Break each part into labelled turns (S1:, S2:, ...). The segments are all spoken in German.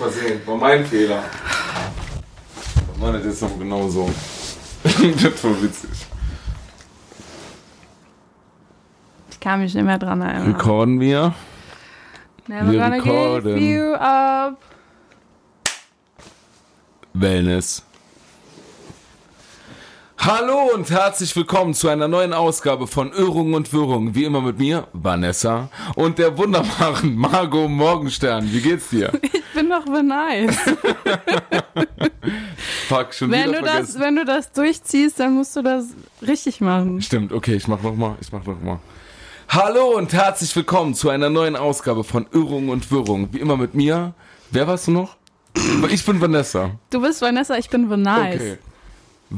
S1: Versehen. War mein Fehler. Mann, das ist doch genau so. das war witzig.
S2: Ich kann mich nicht mehr dran erinnern.
S1: Recorden wir?
S2: Never
S1: wir
S2: gonna
S1: recorden.
S2: give you up.
S1: Wellness. Hallo und herzlich willkommen zu einer neuen Ausgabe von Irrung und Wirrung. Wie immer mit mir, Vanessa und der wunderbaren Margot Morgenstern. Wie geht's dir?
S2: Ich bin doch beneid.
S1: Fuck, schon
S2: Wenn
S1: wieder
S2: du,
S1: vergessen.
S2: das, wenn du das durchziehst, dann musst du das richtig machen.
S1: Stimmt, okay, ich mach nochmal, ich mach nochmal. Hallo und herzlich willkommen zu einer neuen Ausgabe von Irrung und Wirrung. Wie immer mit mir. Wer warst du noch? Ich bin Vanessa.
S2: Du bist Vanessa, ich bin Venice.
S1: Okay.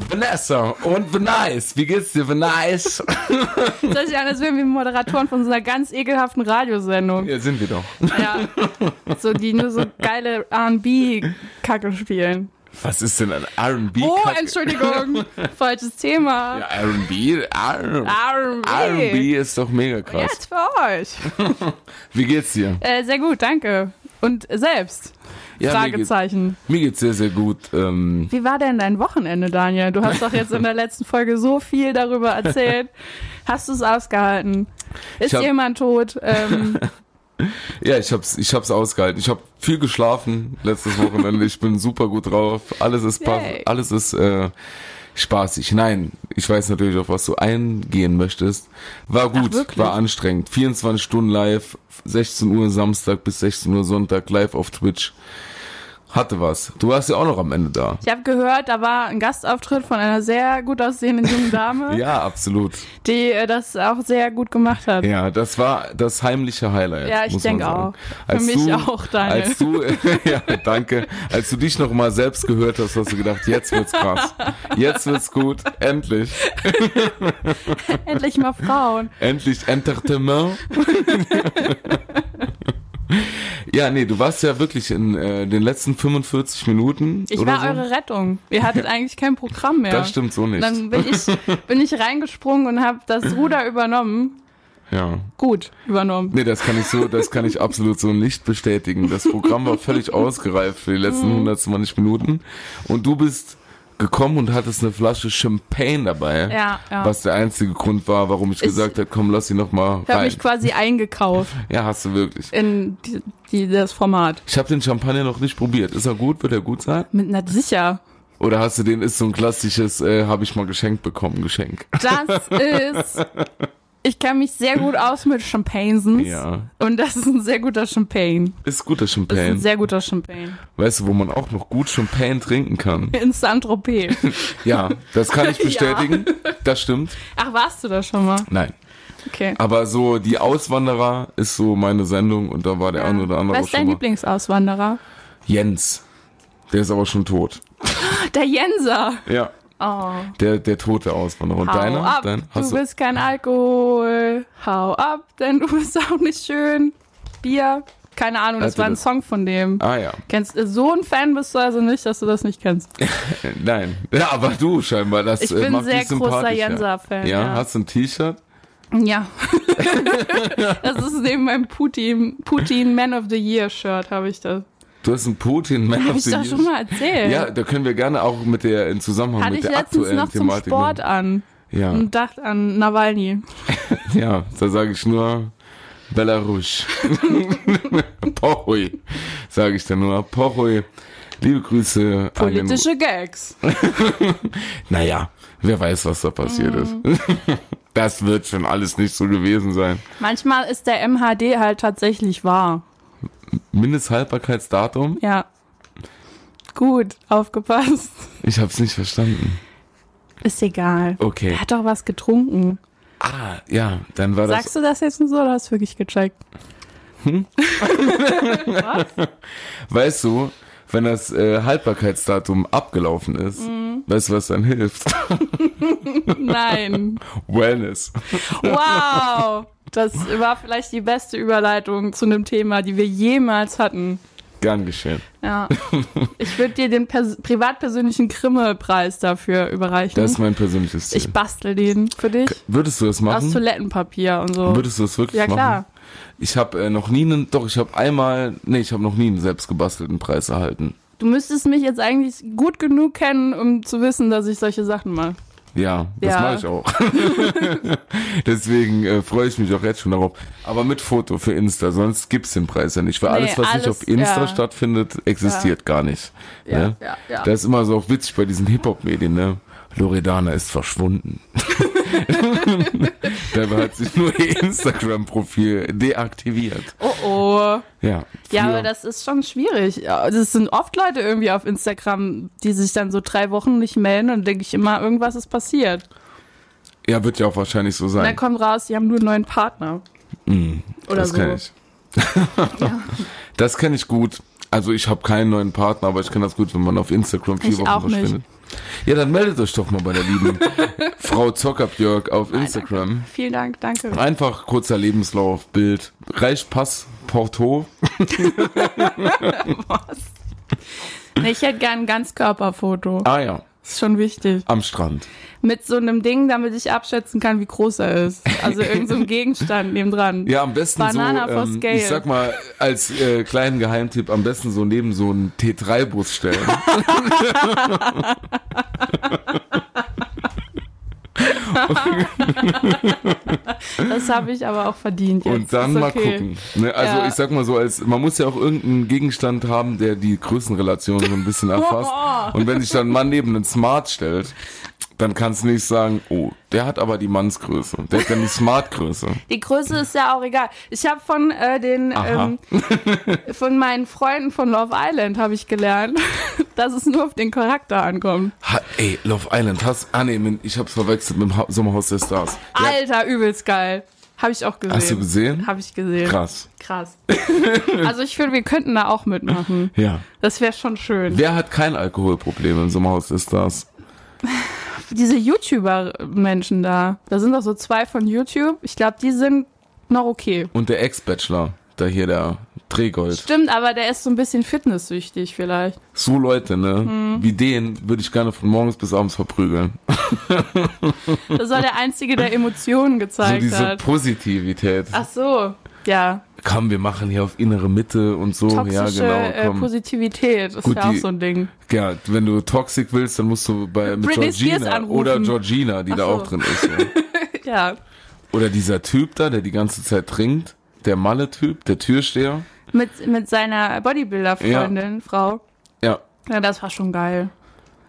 S1: Vanessa und Venice. Wie geht's dir, Venice?
S2: Das hört sich an, als wären wir Moderatoren von so einer ganz ekelhaften Radiosendung.
S1: Ja, sind wir doch.
S2: Ja. So, die nur so geile RB-Kacke spielen.
S1: Was ist denn ein R&B?
S2: Oh,
S1: Kack-
S2: Entschuldigung. Falsches Thema.
S1: Ja, R&B, R-
S2: RB.
S1: R&B ist doch mega
S2: Ah, Ja,
S1: krass.
S2: Jetzt für euch.
S1: Wie geht's dir?
S2: Äh, sehr gut, danke. Und selbst?
S1: Ja,
S2: Fragezeichen.
S1: Mir geht's, mir geht's sehr, sehr gut. Ähm,
S2: Wie war denn dein Wochenende, Daniel? Du hast doch jetzt in der letzten Folge so viel darüber erzählt. Hast du es ausgehalten? Ist
S1: Ich hab-
S2: jemand tot? Ähm,
S1: ja, ich hab's, ich hab's ausgehalten. Ich hab viel geschlafen letztes Wochenende. ich bin super gut drauf. Alles ist, pa-
S2: Yay.
S1: alles ist äh, spaßig. Nein, ich weiß natürlich, auf was du eingehen möchtest. War gut,
S2: wirklich?
S1: war anstrengend. 24 Stunden live, 16 Uhr Samstag bis 16 Uhr Sonntag live auf Twitch. Hatte was. Du warst ja auch noch am Ende da.
S2: ich habe gehört, da war ein Gastauftritt von einer sehr gut aussehenden jungen Dame,
S1: Ja, absolut.
S2: die äh, das auch sehr gut gemacht hat.
S1: Ja, das war das heimliche Highlight.
S2: Ja, ich
S1: muss man
S2: denk
S1: sagen.
S2: auch. Für mich auch, Daniel.
S1: Als du, ja, danke. Als du dich nochmal selbst gehört hast, hast du gedacht, jetzt wird's krass. Jetzt wird's gut. Endlich.
S2: Endlich mal Frauen.
S1: Endlich Entertainment. ja, nee, du warst ja wirklich in äh, den letzten 45 Minuten.
S2: Ich
S1: oder
S2: war
S1: so.
S2: eure Rettung. Ihr hattet eigentlich kein Programm mehr.
S1: Das stimmt so nicht.
S2: Dann bin ich, bin ich reingesprungen und habe das Ruder übernommen.
S1: ja.
S2: Gut übernommen.
S1: Nee, das kann ich so, das kann ich absolut so nicht bestätigen. Das Programm war völlig ausgereift für die letzten
S2: Mhm.
S1: 120 Minuten. Und du bist gekommen und hattest eine Flasche Champagne dabei.
S2: Ja, ja.
S1: Was der einzige Grund war, warum ich, gesagt habe, komm, lass sie nochmal
S2: Ich habe
S1: rein.
S2: mich quasi eingekauft
S1: Ja, hast du wirklich.
S2: in die, die, das Format.
S1: Ich habe den Champagner noch nicht probiert. Ist er gut? Wird er gut sein?
S2: Mit einer sicher.
S1: Oder hast du den, ist so ein klassisches, äh, habe ich mal geschenkt bekommen, Geschenk.
S2: Das ist. Ich kann mich sehr gut aus mit Champagnesens.
S1: Ja.
S2: Und das ist ein sehr guter Champagne.
S1: Ist guter
S2: Das ist ein
S1: Champagne.
S2: sehr guter Champagne.
S1: Weißt du, wo man auch noch gut Champagne trinken kann?
S2: In Saint-Tropez.
S1: Ja, das kann ich
S2: Ja.
S1: bestätigen. Das stimmt.
S2: Ach, warst du da schon mal?
S1: Nein.
S2: Okay.
S1: Aber so die Auswanderer ist so meine Sendung und da war der ein oder andere
S2: Wer
S1: auch
S2: ist dein
S1: schon mal.
S2: Lieblingsauswanderer?
S1: Jens. Der ist aber schon tot.
S2: Der Jenser.
S1: Ja.
S2: Oh.
S1: Der, der tote Auswanderer. Und
S2: Hau
S1: deiner?
S2: ab,
S1: Dein,
S2: du
S1: hast du,
S2: bist kein Alkohol. Hau ab, denn du bist auch nicht schön. Bier. Keine Ahnung, das
S1: Hatte
S2: war ein
S1: das-
S2: Song von dem.
S1: ah ja.
S2: Kennst so ein Fan bist du also nicht, dass du das nicht kennst.
S1: Äh, Nein. Ja, aber du scheinbar. Das
S2: Ich
S1: äh,
S2: bin
S1: macht
S2: sehr
S1: dich
S2: großer
S1: sympathischer.
S2: Jenser-Fan,
S1: Ja?
S2: ja.
S1: hast du ein T-Shirt?
S2: Ja. das ist neben meinem Putin, Putin Man of the Year Shirt habe ich das.
S1: Du hast ein Putin Man
S2: Habe
S1: of
S2: ich
S1: the
S2: doch
S1: Year.
S2: schon mal erzählt.
S1: Ja, da können wir gerne auch mit der in Zusammenhang
S2: Hatte
S1: mit
S2: ich
S1: der
S2: letztens
S1: aktuellen
S2: noch zum
S1: Thematik. ne?
S2: Sport an
S1: Ja,
S2: und dachte an Nawalny.
S1: ja, da sage ich nur Belarus. Pohui, sage ich dann nur. Pohui. Liebe Grüße an den
S2: Politische Gags.
S1: Naja, wer weiß, was da passiert ist. Das wird schon alles nicht so gewesen sein.
S2: Manchmal ist der MHD halt tatsächlich wahr.
S1: Mindesthaltbarkeitsdatum?
S2: Ja. Gut, aufgepasst.
S1: Ich hab's nicht verstanden.
S2: Ist egal.
S1: Okay.
S2: Er hat doch was getrunken.
S1: Ah, ja, dann war das.
S2: Sagst du das jetzt nur so oder hast du wirklich gecheckt?
S1: Weißt du, wenn das äh, Haltbarkeitsdatum abgelaufen ist, weißt du, was dann hilft?
S2: Nein.
S1: Wellness.
S2: Wow! Das war vielleicht die beste Überleitung zu einem Thema, die wir jemals hatten.
S1: Gern geschehen.
S2: Ja. Ich würde dir den pers privatpersönlichen Krimme-Preis dafür überreichen.
S1: Das ist mein persönliches Ziel.
S2: ich bastel den für dich
S1: Würdest du das
S2: aus
S1: machen?
S2: Toilettenpapier und so.
S1: Würdest du das wirklich
S2: Ja,
S1: machen?
S2: klar.
S1: Ich habe äh, noch nie einen, doch, ich habe einmal, nee, ich habe noch nie einen selbst gebastelten Preis erhalten.
S2: Du müsstest mich jetzt eigentlich gut genug kennen, um zu wissen, dass ich solche Sachen mache.
S1: Ja, das
S2: Ja.
S1: mache ich auch. Deswegen äh, freue ich mich auch jetzt schon darauf. Aber mit Foto für Insta, sonst gibt's den Preis ja nicht. Weil
S2: Nee,
S1: alles, was nicht
S2: alles-
S1: auf Insta
S2: ja.
S1: stattfindet, existiert gar nicht.
S2: Ja,
S1: ne?
S2: ja, ja.
S1: Das ist immer so auch witzig bei diesen Hip-Hop-Medien, ne? Loredana ist verschwunden. Dabei hat sich nur ihr Instagram-Profil deaktiviert.
S2: Oh oh.
S1: Ja,
S2: Ja,
S1: früher-
S2: aber das ist schon schwierig. Ja, Das sind oft Leute irgendwie auf Instagram, die sich dann so drei Wochen nicht melden und denke ich immer, irgendwas ist passiert.
S1: ja, wird ja auch wahrscheinlich so
S2: Und
S1: sein.
S2: dann kommt raus, die haben nur einen neuen Partner. Oder
S1: Mm, das
S2: so.
S1: kenn ich. Das kenne ich gut. Also ich habe keinen neuen Partner, aber ich kenne das gut, wenn man auf Instagram vier
S2: Ich
S1: Wochen
S2: auch nicht.
S1: verschwindet. Ja, dann meldet euch doch mal bei der lieben Frau Zockerbjörg auf Instagram.
S2: Vielen Dank, danke.
S1: Einfach kurzer Lebenslauf, Bild, reicht Pass, Porto.
S2: Nee, Ich hätte gern ein Ganzkörperfoto.
S1: Ah ja,
S2: ist schon wichtig.
S1: am Strand.
S2: Mit so einem Ding, damit ich abschätzen kann, wie groß er ist. Also irgendein so ein Gegenstand nebendran.
S1: Ja, am besten
S2: Banana for
S1: so, ähm,
S2: scale.
S1: ich sag mal, als äh, kleinen Geheimtipp, am besten so neben so einen T3-Bus stellen.
S2: Das habe ich aber auch verdient. Jetzt.
S1: Und dann
S2: ist
S1: mal
S2: okay.
S1: gucken. Ne, also
S2: Ja.
S1: ich sag mal so, als man muss ja auch irgendeinen Gegenstand haben, der die Größenrelation so ein bisschen erfasst. Und wenn sich dann ein Mann neben einen Smart stellt, dann kannst du nicht sagen, oh, der hat aber die Mannsgröße. Der hat dann die Smartgröße.
S2: Die Größe ist ja auch egal. Ich habe von äh, den
S1: Aha.
S2: ähm, von meinen Freunden von Love Island habe ich gelernt, dass es nur auf den Charakter ankommt.
S1: Ha, ey, Love Island, hast, ah nee, mit- ich hab's verwechselt mit dem ha Sommerhaus der Stars. Ja,
S2: Alter, übelst geil. Habe ich auch gesehen.
S1: Hast du gesehen?
S2: Habe ich gesehen.
S1: Krass.
S2: Krass. also ich finde, wir könnten da auch mitmachen.
S1: Ja.
S2: Das wäre schon schön.
S1: Wer hat kein Alkoholproblem im Sommerhaus der Stars?
S2: Diese YouTuber-Menschen da, da sind doch so zwei von YouTube. Ich glaube, die sind noch okay.
S1: Und der Ex-Bachelor, da hier der Drehgold.
S2: Stimmt, aber der ist so ein bisschen fitnesssüchtig vielleicht.
S1: So Leute, ne?
S2: Hm.
S1: Wie den würde ich gerne von morgens bis abends verprügeln.
S2: Das war der Einzige, der Emotionen
S1: So
S2: gezeigt
S1: diese
S2: hat.
S1: Positivität.
S2: Ach so, ja.
S1: Komm, wir machen hier auf innere Mitte und so. Ja,
S2: Toxische
S1: genau.
S2: äh,
S1: Komm.
S2: Positivität ist
S1: Gut,
S2: ja auch
S1: die-
S2: so ein Ding.
S1: ja, wenn du toxic willst, dann musst du bei mit
S2: Britney Spears
S1: Georgina
S2: anrufen.
S1: oder Georgina, die da
S2: so.
S1: auch drin ist. Ja.
S2: Ja.
S1: Oder dieser Typ da, der die ganze Zeit trinkt. Der Malle-Typ, der Türsteher.
S2: Mit, mit seiner Bodybuilder-Freundin, Frau.
S1: Ja,
S2: Ja, das war schon geil.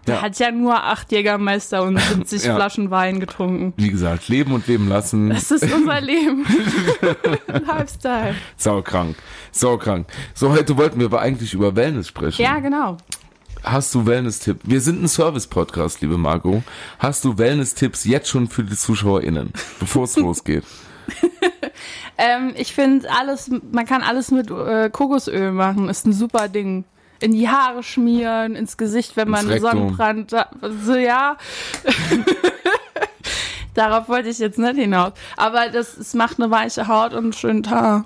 S1: Ja.
S2: Der hat ja nur acht Jägermeister und 70
S1: Ja.
S2: Flaschen Wein getrunken.
S1: wie gesagt, leben und leben lassen.
S2: Das ist unser Leben. Lifestyle.
S1: Saukrank. Saukrank. So, heute wollten wir aber eigentlich über Wellness sprechen.
S2: Ja, genau.
S1: Hast du Wellness-Tipp? Wir sind ein Service-Podcast, liebe Marco. Hast du Wellness-Tipps jetzt schon für die ZuschauerInnen, bevor es losgeht?
S2: Ähm, ich finde alles, man kann alles mit äh, Kokosöl machen, ist ein super Ding. In die Haare schmieren, ins Gesicht, wenn man
S1: Ins Rektum.
S2: Sonnenbrand hat. So, ja. Darauf wollte ich jetzt nicht hinaus. Aber das, es macht eine weiche Haut und einen schönen Haar.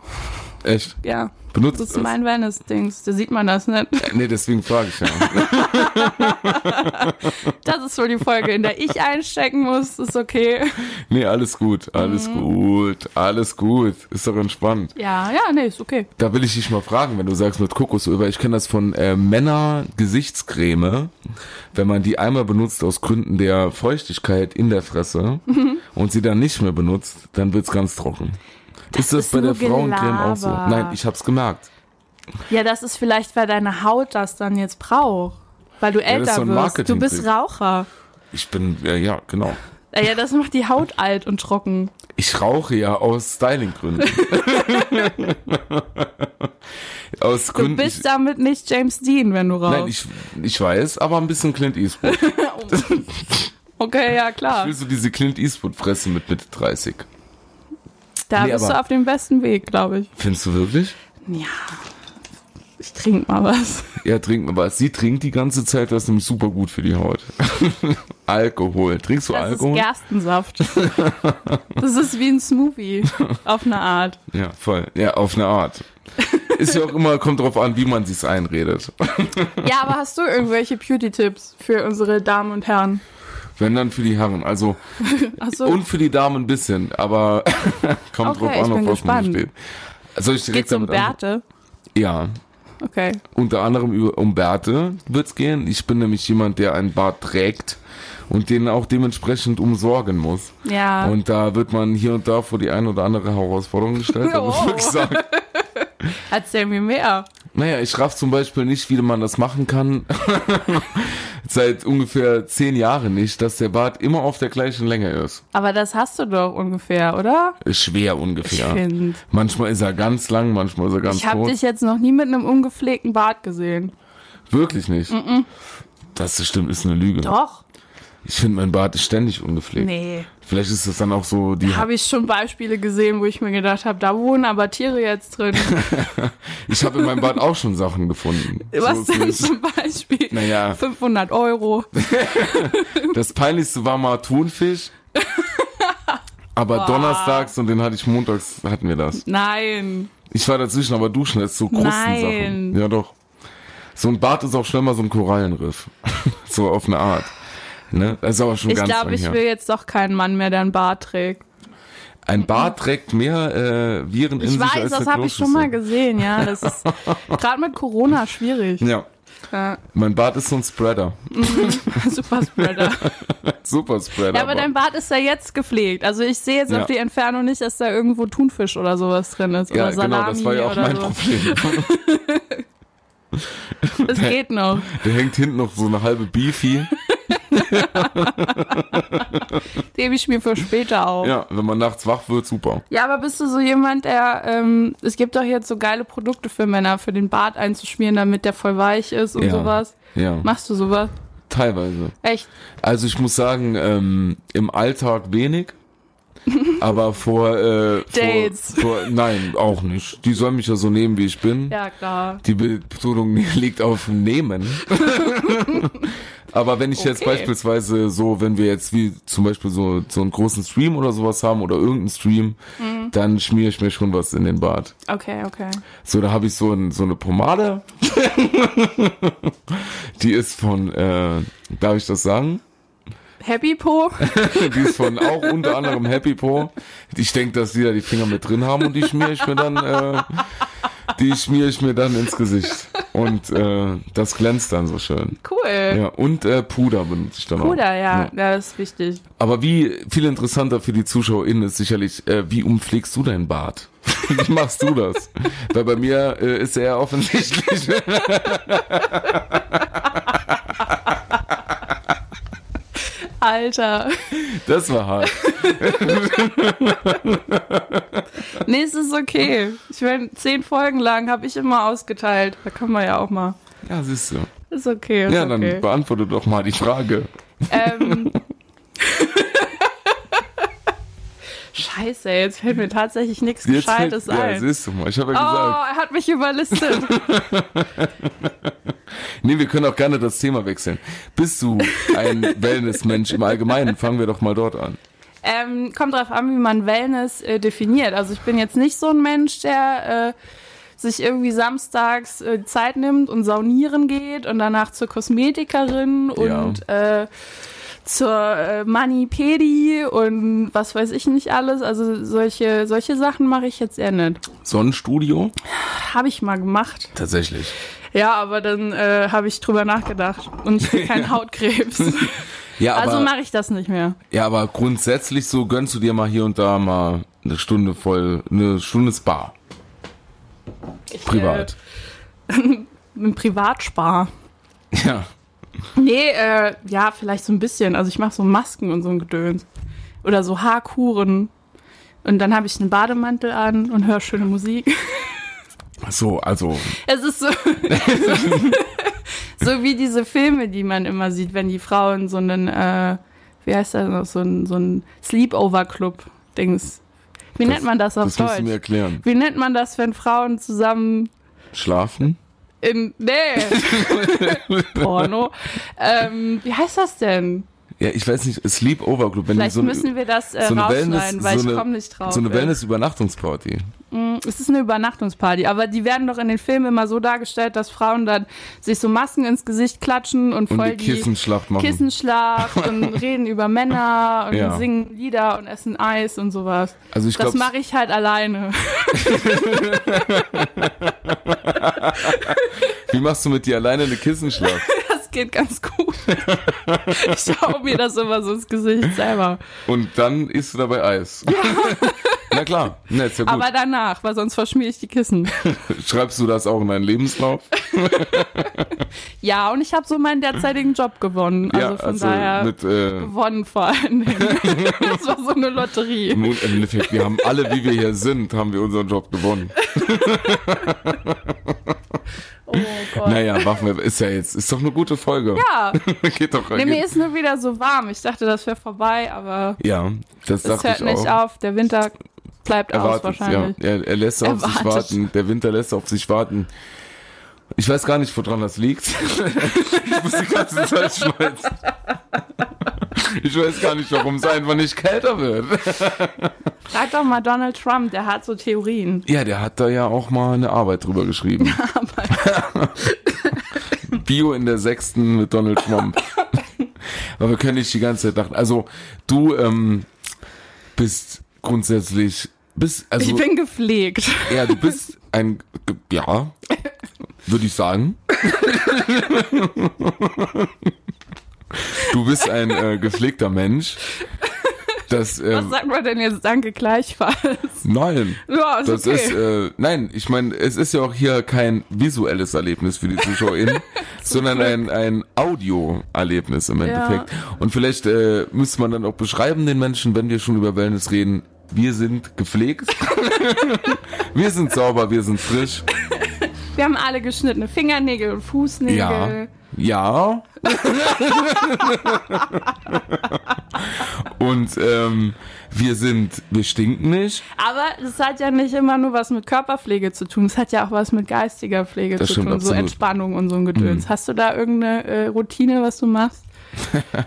S1: Echt?
S2: Ja.
S1: Benutzt
S2: Das ist
S1: es?
S2: mein Wellness-Dings. Da sieht man das nicht.
S1: Nee, deswegen frage ich ja.
S2: Das ist wohl die Folge, in der ich einstecken muss. Ist okay.
S1: Nee, alles gut, alles
S2: Mhm.
S1: gut, alles gut. Ist doch entspannt.
S2: Ja, ja, nee, ist okay.
S1: Da will ich dich mal fragen, wenn du sagst mit Kokosöl, weil ich kenne das von äh, Männer-Gesichtscreme, wenn man die einmal benutzt aus Gründen der Feuchtigkeit in der Fresse
S2: Mhm.
S1: und sie dann nicht mehr benutzt, dann wird's ganz trocken. ist das
S2: ist
S1: bei der
S2: nur
S1: Frauencreme auch so?
S2: Gelaber.
S1: Nein, ich hab's gemerkt.
S2: Ja, das ist vielleicht, weil deine Haut das dann jetzt braucht. Weil du
S1: das ist
S2: älter
S1: so ein
S2: wirst. Du bist
S1: Marketing-Trick.
S2: Raucher.
S1: Ich bin, ja, ja, genau.
S2: Äh, Ja, das macht die Haut alt und trocken.
S1: Ich rauche ja aus Stylinggründen. aus
S2: Du
S1: Gründen.
S2: bist damit nicht James Dean, wenn du rauchst.
S1: Nein, ich, ich weiß, aber ein bisschen Clint Eastwood.
S2: okay, ja, klar.
S1: Willst du diese Clint Eastwood-Fresse mit Mitte 30?
S2: Da
S1: Nee,
S2: bist
S1: aber-
S2: du auf dem besten Weg, glaube ich.
S1: Findest du wirklich?
S2: Ja, ich trinke mal was.
S1: Ja, trinken, aber sie trinkt die ganze Zeit, das ist nämlich super gut für die Haut. Alkohol. Trinkst du
S2: Das
S1: Alkohol?
S2: ist Gerstensaft. das ist wie ein Smoothie, auf eine Art.
S1: ja, voll. Ja, auf eine Art. Ist ja auch immer, kommt drauf an, wie man sich's einredet.
S2: Ja, aber hast du irgendwelche Beauty-Tipps für unsere Damen und Herren?
S1: Wenn dann für die Herren. Also
S2: Ach so.
S1: und für die Damen ein bisschen, aber kommt
S2: Okay,
S1: drauf
S2: ich
S1: an, auf
S2: bin
S1: was man
S2: gespannt.
S1: steht. Soll ich direkt
S2: Geht's um
S1: damit anfangen?
S2: Bärte?
S1: Ja.
S2: Okay.
S1: Unter anderem über, um Bärte wird's gehen. Ich bin nämlich jemand, der einen Bart trägt und den auch dementsprechend umsorgen muss.
S2: Ja.
S1: Und da wird man hier und da vor die eine oder andere Herausforderung gestellt, da muss
S2: Oh.
S1: ich wirklich sagen.
S2: Erzähl mir mehr.
S1: Naja, ich raff zum Beispiel nicht, wie man das machen kann. Seit ungefähr zehn Jahren nicht, dass der Bart immer auf der gleichen Länge ist.
S2: Aber das hast du doch ungefähr, oder?
S1: Ist Schwer
S2: Ich
S1: ungefähr.
S2: finde.
S1: manchmal ist er ganz lang, manchmal ist er ganz
S2: Ich habe
S1: kurz.
S2: dich jetzt noch nie mit einem ungepflegten Bart gesehen.
S1: Wirklich nicht. Das stimmt, ist eine Lüge.
S2: Doch.
S1: Ich finde, mein Bart ist ständig ungepflegt.
S2: Nee.
S1: Vielleicht ist das dann auch so die.
S2: Habe ich schon Beispiele gesehen, wo ich mir gedacht habe, da wohnen aber Tiere jetzt drin.
S1: Ich habe in meinem Bad auch schon Sachen gefunden.
S2: Was
S1: So
S2: denn
S1: ist es.
S2: zum Beispiel?
S1: Naja.
S2: 500 Euro.
S1: Das peinlichste war mal Thunfisch. Aber donnerstags und den hatte ich montags, hatten wir das.
S2: Nein.
S1: Ich war dazwischen, aber duschen ist so Krustensachen.
S2: Nein.
S1: Ja, doch. So ein Bad ist auch schon mal so ein Korallenriff. so auf eine Art. Ne? Das ist aber schon
S2: Ich
S1: ganz
S2: glaube,
S1: lang
S2: ich
S1: her.
S2: will jetzt doch keinen Mann mehr, der einen Bart trägt.
S1: Ein Bad trägt mehr äh, Viren in
S2: Ich
S1: sich
S2: weiß,
S1: als
S2: das
S1: eine
S2: habe ich schon mal
S1: Kloschüssel.
S2: gesehen, ja. Das ist gerade mit Corona schwierig.
S1: Ja,
S2: Ja,
S1: mein Bart ist so ein Spreader.
S2: super Spreader.
S1: Super Spreader.
S2: Ja, aber dein Bart ist ja jetzt gepflegt. Also ich sehe jetzt
S1: Ja.
S2: auf die Entfernung nicht, dass da irgendwo Thunfisch oder sowas drin ist.
S1: ja,
S2: oder Salami
S1: genau, das war ja auch
S2: oder
S1: mein
S2: so.
S1: Problem.
S2: Es geht noch.
S1: Der hängt hinten noch so eine halbe Beefy.
S2: Die hebe ich mir für später auf. Ja.
S1: Ja, wenn man nachts wach wird, super.
S2: aber bist du so jemand, der, ähm, es gibt doch jetzt so geile Produkte für Männer, für den Bart einzuschmieren, damit der voll weich ist und
S1: Ja.
S2: sowas.
S1: Ja,
S2: Machst du sowas?
S1: teilweise.
S2: Echt?
S1: Also ich muss sagen, ähm, im Alltag wenig. Aber vor, äh,
S2: Dates.
S1: vor, vor nein, auch nicht. Die sollen mich ja so nehmen, wie ich bin.
S2: Ja, klar.
S1: Die Betonung liegt auf nehmen. Aber wenn ich jetzt
S2: Okay.
S1: beispielsweise so, wenn wir jetzt wie zum Beispiel so, so einen großen Stream oder sowas haben oder irgendeinen Stream,
S2: Mhm.
S1: dann schmiere ich mir schon was in den Bart.
S2: Okay, okay.
S1: So, da habe ich so, ein, so eine Pomade. Die ist von, äh, darf ich das sagen?
S2: Happy Po?
S1: Die ist von auch unter anderem Happy Po. Ich denke, dass die da die Finger mit drin haben und die schmiere ich mir dann, äh, die schmiere ich mir dann ins Gesicht. Und äh, das glänzt dann so schön.
S2: Cool.
S1: Ja, und äh, Puder benutze ich dann auch.
S2: Bruder, ja. ja. das ist wichtig.
S1: Aber wie viel interessanter für die ZuschauerInnen ist sicherlich, äh, wie umpflegst du deinen Bart? Wie machst du das? Weil bei mir äh, ist er ja offensichtlich.
S2: Alter.
S1: Das war hart.
S2: Nee, es ist okay. Ich meine, zehn Folgen lang habe ich immer ausgeteilt. Da können wir ja auch mal.
S1: Ja, siehst du.
S2: Ist okay, ist
S1: Ja, dann
S2: okay.
S1: beantworte doch mal die Frage.
S2: Ähm. Scheiße, jetzt fällt mir tatsächlich nichts Gescheites
S1: fällt- Ja,
S2: ein.
S1: siehst du mal. Ich habe
S2: Oh,
S1: ja gesagt.
S2: er hat mich überlistet. Oh.
S1: Nee, wir können auch gerne das Thema wechseln. Bist du ein Wellness-Mensch im Allgemeinen? Fangen wir doch mal dort an.
S2: ähm, kommt drauf an, wie man Wellness äh, definiert. Also ich bin jetzt nicht so ein Mensch, der äh, sich irgendwie samstags äh, Zeit nimmt und saunieren geht und danach zur Kosmetikerin
S1: Ja.
S2: und äh, zur äh, Mani-Pedi und was weiß ich nicht alles. Also solche, solche Sachen mache ich jetzt eher nicht.
S1: Sonnenstudio?
S2: Habe ich mal gemacht.
S1: Tatsächlich.
S2: Ja, aber dann äh, habe ich drüber nachgedacht und ich will keinen Hautkrebs.
S1: Ja, aber,
S2: also mache ich das nicht mehr.
S1: ja, aber grundsätzlich so gönnst du dir mal hier und da mal eine Stunde voll, eine Stunde Spa. Privat.
S2: Im äh, Privatspar.
S1: Ja.
S2: Nee, äh, ja, vielleicht so ein bisschen. Also ich mache so Masken und so ein Gedöns. Oder so Haarkuren. Und dann habe ich einen Bademantel an und höre schöne Musik.
S1: So, also,
S2: Es ist so, so wie diese Filme, die man immer sieht, wenn die Frauen so einen, äh, wie heißt das noch, so ein, so ein Sleepover-Club-Dings. Wie nennt man das auf
S1: das musst du mir
S2: Deutsch?
S1: erklären.
S2: Wie nennt man das, wenn Frauen zusammen
S1: Schlafen?
S2: in, nee, Porno. Ähm, wie heißt das denn?
S1: Ja, ich weiß nicht, Sleepover Club. Wenn
S2: Vielleicht
S1: so eine-
S2: müssen wir das äh,
S1: so eine
S2: rausschneiden,
S1: Wellness-
S2: weil
S1: so
S2: ich
S1: eine-
S2: komme nicht drauf.
S1: so eine
S2: ey.
S1: Wellness-Übernachtungsparty.
S2: Mm, Es ist eine Übernachtungsparty, aber die werden doch in den Filmen immer so dargestellt, dass Frauen dann sich so Masken ins Gesicht klatschen und
S1: Und
S2: voll
S1: die Kissenschlacht machen.
S2: Kissenschlacht und reden über Männer und
S1: Ja.
S2: singen Lieder und essen Eis und sowas.
S1: Also ich
S2: das
S1: glaube,
S2: mache ich halt alleine.
S1: wie machst du mit dir alleine eine Kissenschlacht?
S2: Das geht ganz gut. Ich schaue mir das immer so ins Gesicht selber.
S1: Und dann isst du dabei Eis. Na klar, na, ist ja gut.
S2: Aber danach, weil sonst verschmiere ich die Kissen.
S1: Schreibst du das auch in deinen Lebenslauf?
S2: Also Ja, und ich habe so meinen derzeitigen Job gewonnen. Also von daher
S1: mit, äh,
S2: gewonnen vor allen Dingen. Das war so eine Lotterie.
S1: im Endeffekt, wir haben alle, wie wir hier sind, haben wir unseren Job gewonnen.
S2: Oh Gott.
S1: Naja, machen wir, ist ja jetzt, ist doch eine gute Folge.
S2: Ja,
S1: Geht doch
S2: nee, mir
S1: rein.
S2: ist nur wieder so warm. Ich dachte, das wäre vorbei, aber
S1: Ja, das
S2: es
S1: dachte
S2: hört
S1: ich
S2: nicht
S1: auch.
S2: auf. Der Winter bleibt aus
S1: Erwartet, ja.
S2: wahrscheinlich.
S1: Er, er lässt auf sich
S2: Erwartet.
S1: warten. Der Winter lässt auf sich warten. Ich weiß gar nicht, woran das liegt. ich muss die ganze Zeit schmeißen. Ich weiß gar nicht, warum es einfach nicht kälter wird.
S2: Frag doch mal Donald Trump, der hat so Theorien.
S1: Ja, der hat da ja auch mal eine Arbeit drüber geschrieben. Bio in der sechsten mit Donald Trump. Aber wir können nicht die ganze Zeit lachen. Also, du ähm, bist grundsätzlich, bist, also,
S2: Ich bin gepflegt.
S1: ja, du bist ein, ge- ja, würde ich sagen. Du bist ein äh, gepflegter Mensch. Das, äh,
S2: Was sagt man denn jetzt? Danke gleichfalls.
S1: nein.
S2: Ja, ist
S1: Das
S2: okay.
S1: ist, äh, nein, ich meine, es ist ja auch hier kein visuelles Erlebnis für die ZuschauerInnen, sondern ein, ein Audio-Erlebnis im Endeffekt. Und vielleicht äh, müsste man dann auch beschreiben den Menschen, wenn wir schon über Wellness reden, wir sind gepflegt, wir sind sauber, wir sind frisch.
S2: Wir haben alle geschnittene Fingernägel und Fußnägel.
S1: Ja. Ja. Und ähm, wir sind, wir stinken nicht.
S2: Aber das hat ja nicht immer nur was mit Körperpflege zu tun. Es hat ja auch was mit geistiger Pflege
S1: Das
S2: zu
S1: stimmt,
S2: tun, so
S1: absolut. Mhm.
S2: Entspannung und so ein Gedöns. Hast du da irgendeine äh, Routine, was du machst?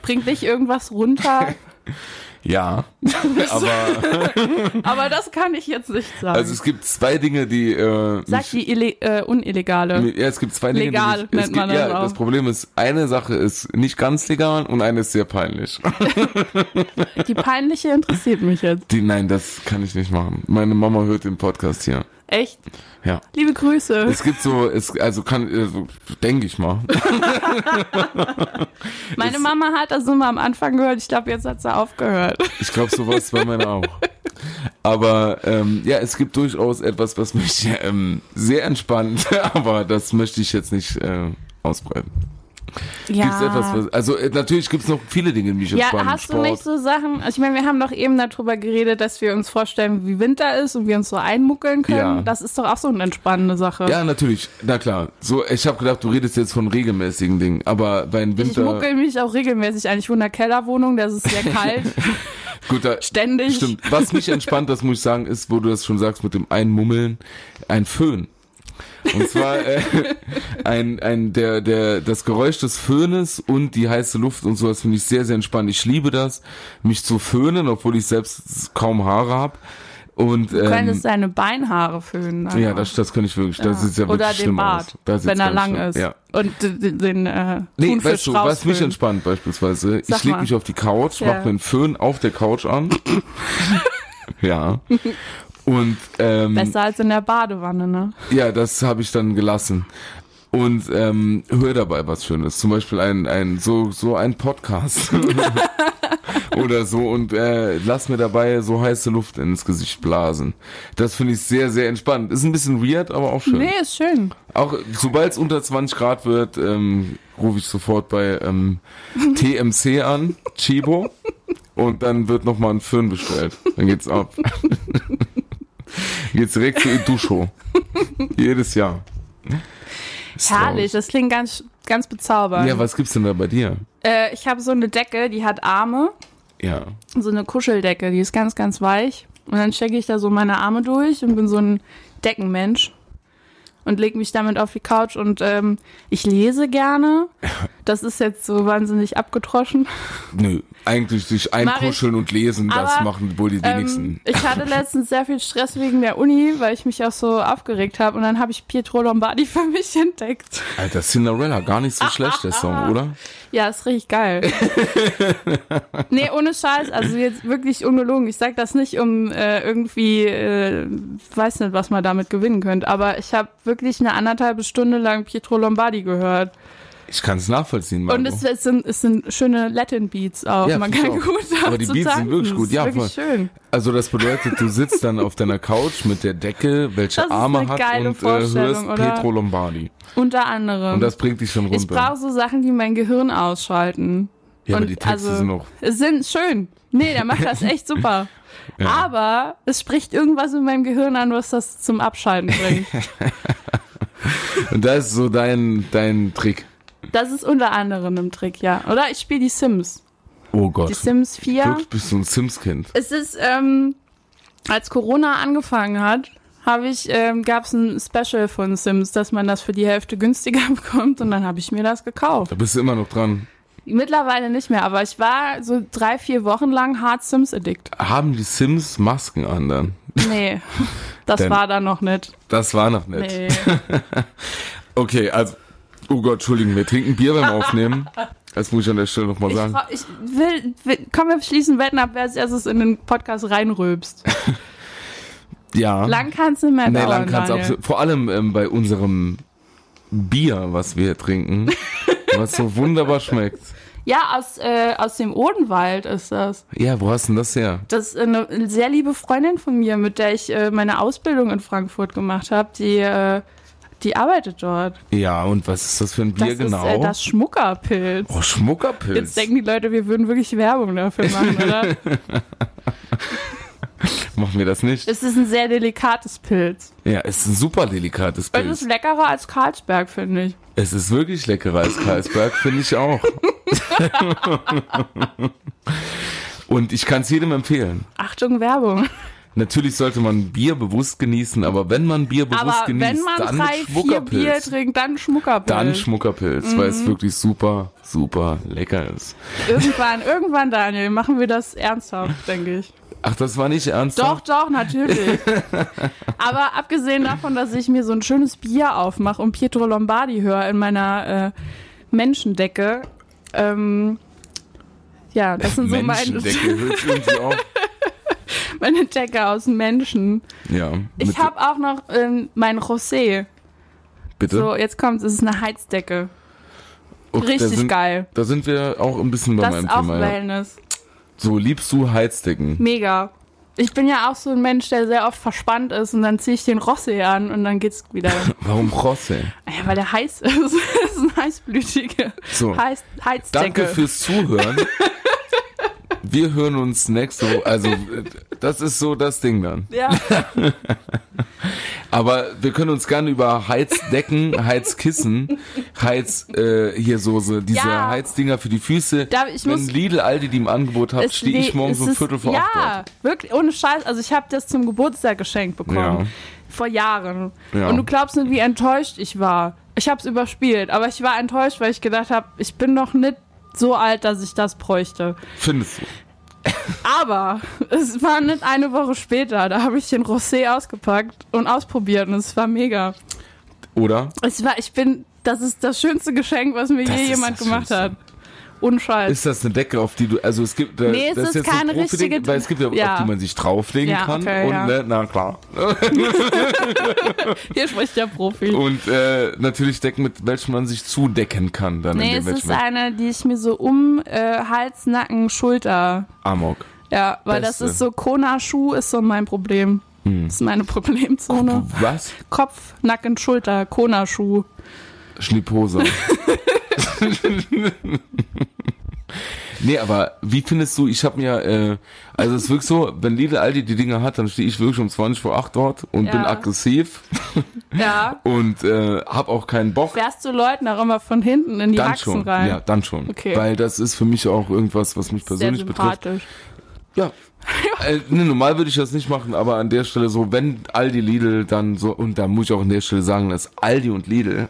S2: Bringt dich irgendwas runter?
S1: Ja. Aber.
S2: Aber das kann ich jetzt nicht sagen.
S1: Also es gibt zwei Dinge, die äh,
S2: Sag die ille äh, unillegale.
S1: mich, ja, es gibt zwei Dinge,
S2: Legal
S1: die mich, es
S2: nennt
S1: gibt,
S2: man das
S1: ja,
S2: auch.
S1: das Problem ist, eine Sache ist nicht ganz legal und eine ist sehr peinlich.
S2: Die peinliche interessiert mich jetzt.
S1: Die, nein, das kann ich nicht machen. Meine Mama hört den Podcast hier.
S2: Echt?
S1: Ja.
S2: Liebe Grüße.
S1: Es gibt so, es, also kann, also, denke ich mal.
S2: Meine Mama hat das immer am Anfang gehört. Ich glaube, jetzt hat sie aufgehört.
S1: Ich glaube, sowas bei meiner auch. Aber ähm, ja, es gibt durchaus etwas, was mich ähm, sehr entspannt, aber das möchte ich jetzt nicht äh, ausbreiten.
S2: Ja.
S1: Gibt's etwas, was, also äh, natürlich gibt's noch viele Dinge, die mich
S2: ja,
S1: entspannen.
S2: hast
S1: Sport.
S2: du nicht so Sachen? Also ich meine, wir haben doch eben darüber geredet, dass wir uns vorstellen, wie Winter ist und wir uns so einmuckeln können.
S1: Ja.
S2: Das ist doch auch so eine entspannende Sache.
S1: Ja, natürlich. Na klar. So, ich habe gedacht, du redest jetzt von regelmäßigen Dingen, aber bei einem
S2: Ich
S1: Winter
S2: muckel mich auch regelmäßig ein. Ich wohne in einer Kellerwohnung, da ist es sehr kalt,
S1: gut, da,
S2: ständig.
S1: stimmt. Was mich entspannt, das muss ich sagen, ist, wo du das schon sagst mit dem Einmummeln, ein Föhn. Und zwar äh, ein ein der der das Geräusch des Föhnes und die heiße Luft und sowas finde ich sehr sehr entspannt. Ich liebe das, mich zu föhnen, obwohl ich selbst kaum Haare habe. Und
S2: Du
S1: ähm,
S2: könntest deine Beinhaare föhnen. dann
S1: ja,
S2: auch.
S1: das, das könnte ich wirklich. Das ist ja wirklich
S2: Oder den
S1: schlimm
S2: Bart,
S1: aus. Das sieht
S2: wenn er
S1: ganz
S2: lang
S1: schlimm-
S2: ist.
S1: Ja.
S2: Und d- d- den äh,
S1: Nee,
S2: Thunfisch
S1: weißt du, was mich
S2: rausfüllen.
S1: entspannt beispielsweise,
S2: Sag
S1: ich leg
S2: mal.
S1: mich auf die Couch,
S2: Ja.
S1: mach mir einen Föhn auf der Couch an. ja. Und ähm,
S2: Besser als in der Badewanne, ne?
S1: ja, das habe ich dann gelassen. Und ähm, höre dabei was Schönes. Zum Beispiel ein, ein so, so ein Podcast. Oder so und äh, lass mir dabei so heiße Luft ins Gesicht blasen. Das finde ich sehr, sehr entspannt. Ist ein bisschen weird, aber auch schön.
S2: Nee, ist schön.
S1: Auch sobald es unter 20 Grad wird, ähm, rufe ich sofort bei ähm, TMC an, Chibo, und dann wird nochmal ein Föhn bestellt. Dann geht's ab. geht's direkt zu Idusho. Jedes Jahr. Ist
S2: Herrlich,
S1: traurig.
S2: das klingt ganz, ganz bezaubernd.
S1: Ja, was gibt's denn da bei dir?
S2: äh, ich habe so eine Decke, die hat Arme.
S1: Ja.
S2: so eine Kuscheldecke, die ist ganz, ganz weich. Und dann stecke ich da so meine Arme durch und bin so ein Deckenmensch. und lege mich damit auf die Couch und ähm, ich lese gerne. Das ist jetzt so wahnsinnig abgetroschen.
S1: Nö, eigentlich sich einkuscheln und lesen, das
S2: Aber,
S1: machen wohl die wenigsten.
S2: Ähm, ich hatte letztens sehr viel Stress wegen der Uni, weil ich mich auch so aufgeregt habe und dann habe ich Pietro Lombardi für mich entdeckt.
S1: Alter, Cinderella, gar
S2: Ah,
S1: nicht so schlecht, der Song, oder?
S2: Ja, ist richtig geil. nee, ohne Scheiß, also jetzt wirklich ungelogen. Ich sag das nicht, um äh, irgendwie, äh, weiß nicht, was man damit gewinnen könnte, aber ich habe wirklich eine anderthalbe Stunde lang Pietro Lombardi gehört.
S1: Ich kann es nachvollziehen, Marco.
S2: Und es, es, sind, es sind schöne Latin-Beats auch.
S1: Ja,
S2: Man
S1: find
S2: kann
S1: ich auch.
S2: gut
S1: Aber die
S2: dazu
S1: Beats sind
S2: tanzen.
S1: wirklich gut,
S2: Das
S1: ja,
S2: Ist wirklich schön.
S1: also das bedeutet, du sitzt dann auf deiner Couch mit der Decke, welche
S2: Das ist
S1: Arme
S2: eine
S1: hat
S2: geile
S1: und äh,
S2: Vorstellung,
S1: hörst
S2: oder?
S1: Petro Lombardi.
S2: Unter anderem.
S1: Und das bringt dich schon
S2: ich
S1: runter.
S2: brauche so Sachen, die mein Gehirn ausschalten.
S1: Ja, aber
S2: Und
S1: die Texte
S2: also,
S1: sind auch
S2: Es sind schön. Nee, der macht das echt super.
S1: Ja.
S2: Aber es spricht irgendwas in meinem Gehirn an, was das zum Abschalten bringt.
S1: Und das ist so dein, dein Trick.
S2: Das ist unter anderem ein Trick, ja. Oder ich spiele die Sims.
S1: Oh
S2: Die
S1: Gott.
S2: Sims 4.
S1: Du bist so ein Sims-Kind.
S2: Es ist, ähm, als Corona angefangen hat, habe ich, ähm, gab es ein Special von Sims, dass man das für die Hälfte günstiger bekommt und dann habe ich mir das gekauft.
S1: Da bist du immer noch dran.
S2: Mittlerweile nicht mehr, aber ich war so drei, vier Wochen lang hart Sims addict.
S1: Haben die Sims Masken an dann?
S2: Nee, das
S1: Denn-
S2: war da noch nicht.
S1: Das war noch nett.
S2: Nee.
S1: Okay, also, oh Gott, Entschuldigung, wir trinken Bier beim Aufnehmen. Das muss ich an der Stelle nochmal
S2: Ich,
S1: sagen.
S2: fra- ich will, will, komm, wir schließen Wetten ab, wer als erstes in den Podcast reinrülpst.
S1: Ja.
S2: Lang kann's nicht mehr
S1: nee,
S2: dauern,
S1: lang kann's
S2: Daniel.
S1: auch. Vor allem ähm, bei unserem Bier, was wir hier trinken, was so wunderbar schmeckt.
S2: Ja, aus, äh, aus dem Odenwald ist das.
S1: Ja, wo hast denn das her?
S2: Das ist eine, eine sehr liebe Freundin von mir, mit der ich äh, meine Ausbildung in Frankfurt gemacht habe. Die, äh, die arbeitet dort.
S1: Ja, und was ist das für ein
S2: Das
S1: Bier genau?
S2: ist äh, das Schmuckerpilz.
S1: oh, Schmuckerpilz.
S2: Jetzt denken die Leute, wir würden wirklich Werbung dafür machen, oder?
S1: Machen wir das nicht.
S2: es ist ein sehr delikates Pilz.
S1: Ja, es ist ein super delikates
S2: Es
S1: Pilz.
S2: ist leckerer als Karlsberg, finde ich.
S1: Es ist wirklich leckerer als Karlsberg, finde ich auch. Und ich kann es jedem empfehlen.
S2: Achtung, Werbung.
S1: Natürlich sollte man Bier bewusst genießen, aber wenn man Bier bewusst
S2: Aber
S1: genießt,
S2: wenn man
S1: dann
S2: drei,
S1: mit
S2: vier Bier
S1: Schmuckerpilz.
S2: trinkt, dann Schmuckerpilz.
S1: Dann Schmuckerpilz, weil
S2: Mhm.
S1: es wirklich super, super lecker ist.
S2: irgendwann, irgendwann, Daniel, machen wir das ernsthaft, denke ich.
S1: Ach, das war nicht
S2: Doch,
S1: ernsthaft?
S2: doch, natürlich. Aber abgesehen davon, dass ich mir so ein schönes Bier aufmache und Pietro Lombardi höre in meiner äh, Menschendecke, ähm, ja, das sind so meine,
S1: Menschendecke hört irgendwie auf.
S2: meine Decke aus Menschen.
S1: Ja,
S2: Ich
S1: mit-
S2: habe auch noch ähm, mein Rosé.
S1: bitte.
S2: So, jetzt kommt's, es ist eine Heizdecke.
S1: Okay, da
S2: Richtig
S1: sind,
S2: geil.
S1: Da sind wir auch ein bisschen bei
S2: Das
S1: meinem
S2: ist auch
S1: Thema. Ja.
S2: Wellness.
S1: So, liebst du Heizdecken?
S2: Mega. Ich bin ja auch so ein Mensch, der sehr oft verspannt ist und dann ziehe ich den Rosé an und dann geht's wieder.
S1: Warum Rosse?
S2: ja, weil der heiß ist. das ist ein heißblütiger
S1: So.
S2: heiß, Heizdecke.
S1: Danke fürs Zuhören. Wir hören uns nächste Woche. Also, äh, das ist so das Ding dann.
S2: Ja,
S1: Aber wir können uns gerne über Heizdecken, Heizkissen, Heiz, äh, hier so, so diese
S2: Ja.
S1: Heizdinger für die Füße.
S2: Da- ich
S1: Wenn
S2: muss-
S1: Lidl Aldi die im Angebot hat,
S2: es
S1: stehe
S2: weh-
S1: ich morgens
S2: es
S1: um
S2: ist-
S1: Viertel vor acht
S2: Ja,
S1: dort.
S2: wirklich, ohne Scheiß. Also ich habe das zum Geburtstag geschenkt bekommen.
S1: Ja.
S2: Vor Jahren.
S1: Ja.
S2: Und du glaubst nicht, wie enttäuscht ich war. Ich habe es überspielt, aber ich war enttäuscht, weil ich gedacht habe, ich bin noch nicht so alt, dass ich das bräuchte.
S1: Findest du?
S2: Aber es war nicht eine Woche später, da habe ich den Rosé ausgepackt und ausprobiert und es war mega.
S1: Oder?
S2: Es war, ich bin, das ist das schönste Geschenk, was mir
S1: Das
S2: je
S1: ist
S2: jemand
S1: das
S2: gemacht
S1: Schönste.
S2: hat. Unscheiß.
S1: Ist das eine Decke, auf die du, also es gibt, äh,
S2: Nee, es
S1: das
S2: ist
S1: jetzt so
S2: keine
S1: Profi-Ding,
S2: richtige-
S1: weil es gibt ja,
S2: ja.
S1: auf die man sich drauflegen
S2: Ja,
S1: kann
S2: okay,
S1: und,
S2: ja.
S1: ne, na klar.
S2: Hier spricht der Profi.
S1: Und, äh, natürlich Decken, mit welchen man sich zudecken kann dann
S2: Nee,
S1: in
S2: es
S1: dem
S2: ist
S1: Wettbewerb.
S2: eine, die ich mir so um äh, Hals, Nacken, Schulter.
S1: Amok.
S2: Ja, weil
S1: Beste. Hm.
S2: das ist so, Kona-Schuh ist so mein Problem. Das ist meine Problemzone.
S1: Was?
S2: Kopf, Nacken, Schulter, Kona-Schuh.
S1: Schlipose. nee, aber wie findest du, ich habe mir, äh, also es ist wirklich so, wenn Lidl Aldi die Dinger hat, dann stehe ich wirklich um 20 vor 8 dort und bin
S2: Ja.
S1: aggressiv
S2: Ja.
S1: und äh, habe auch keinen Bock.
S2: Wärst du Leuten auch immer von hinten in die
S1: Dann
S2: Achsen
S1: schon,
S2: rein?
S1: ja, dann schon.
S2: Okay.
S1: Okay. Weil das ist für mich auch irgendwas, was mich persönlich
S2: Sehr
S1: betrifft.
S2: sympathisch.
S1: Ja. äh, nee, normal würde ich das nicht machen, aber an der Stelle so, wenn Aldi Lidl dann so, und da muss ich auch an der Stelle sagen, dass Aldi und Lidl,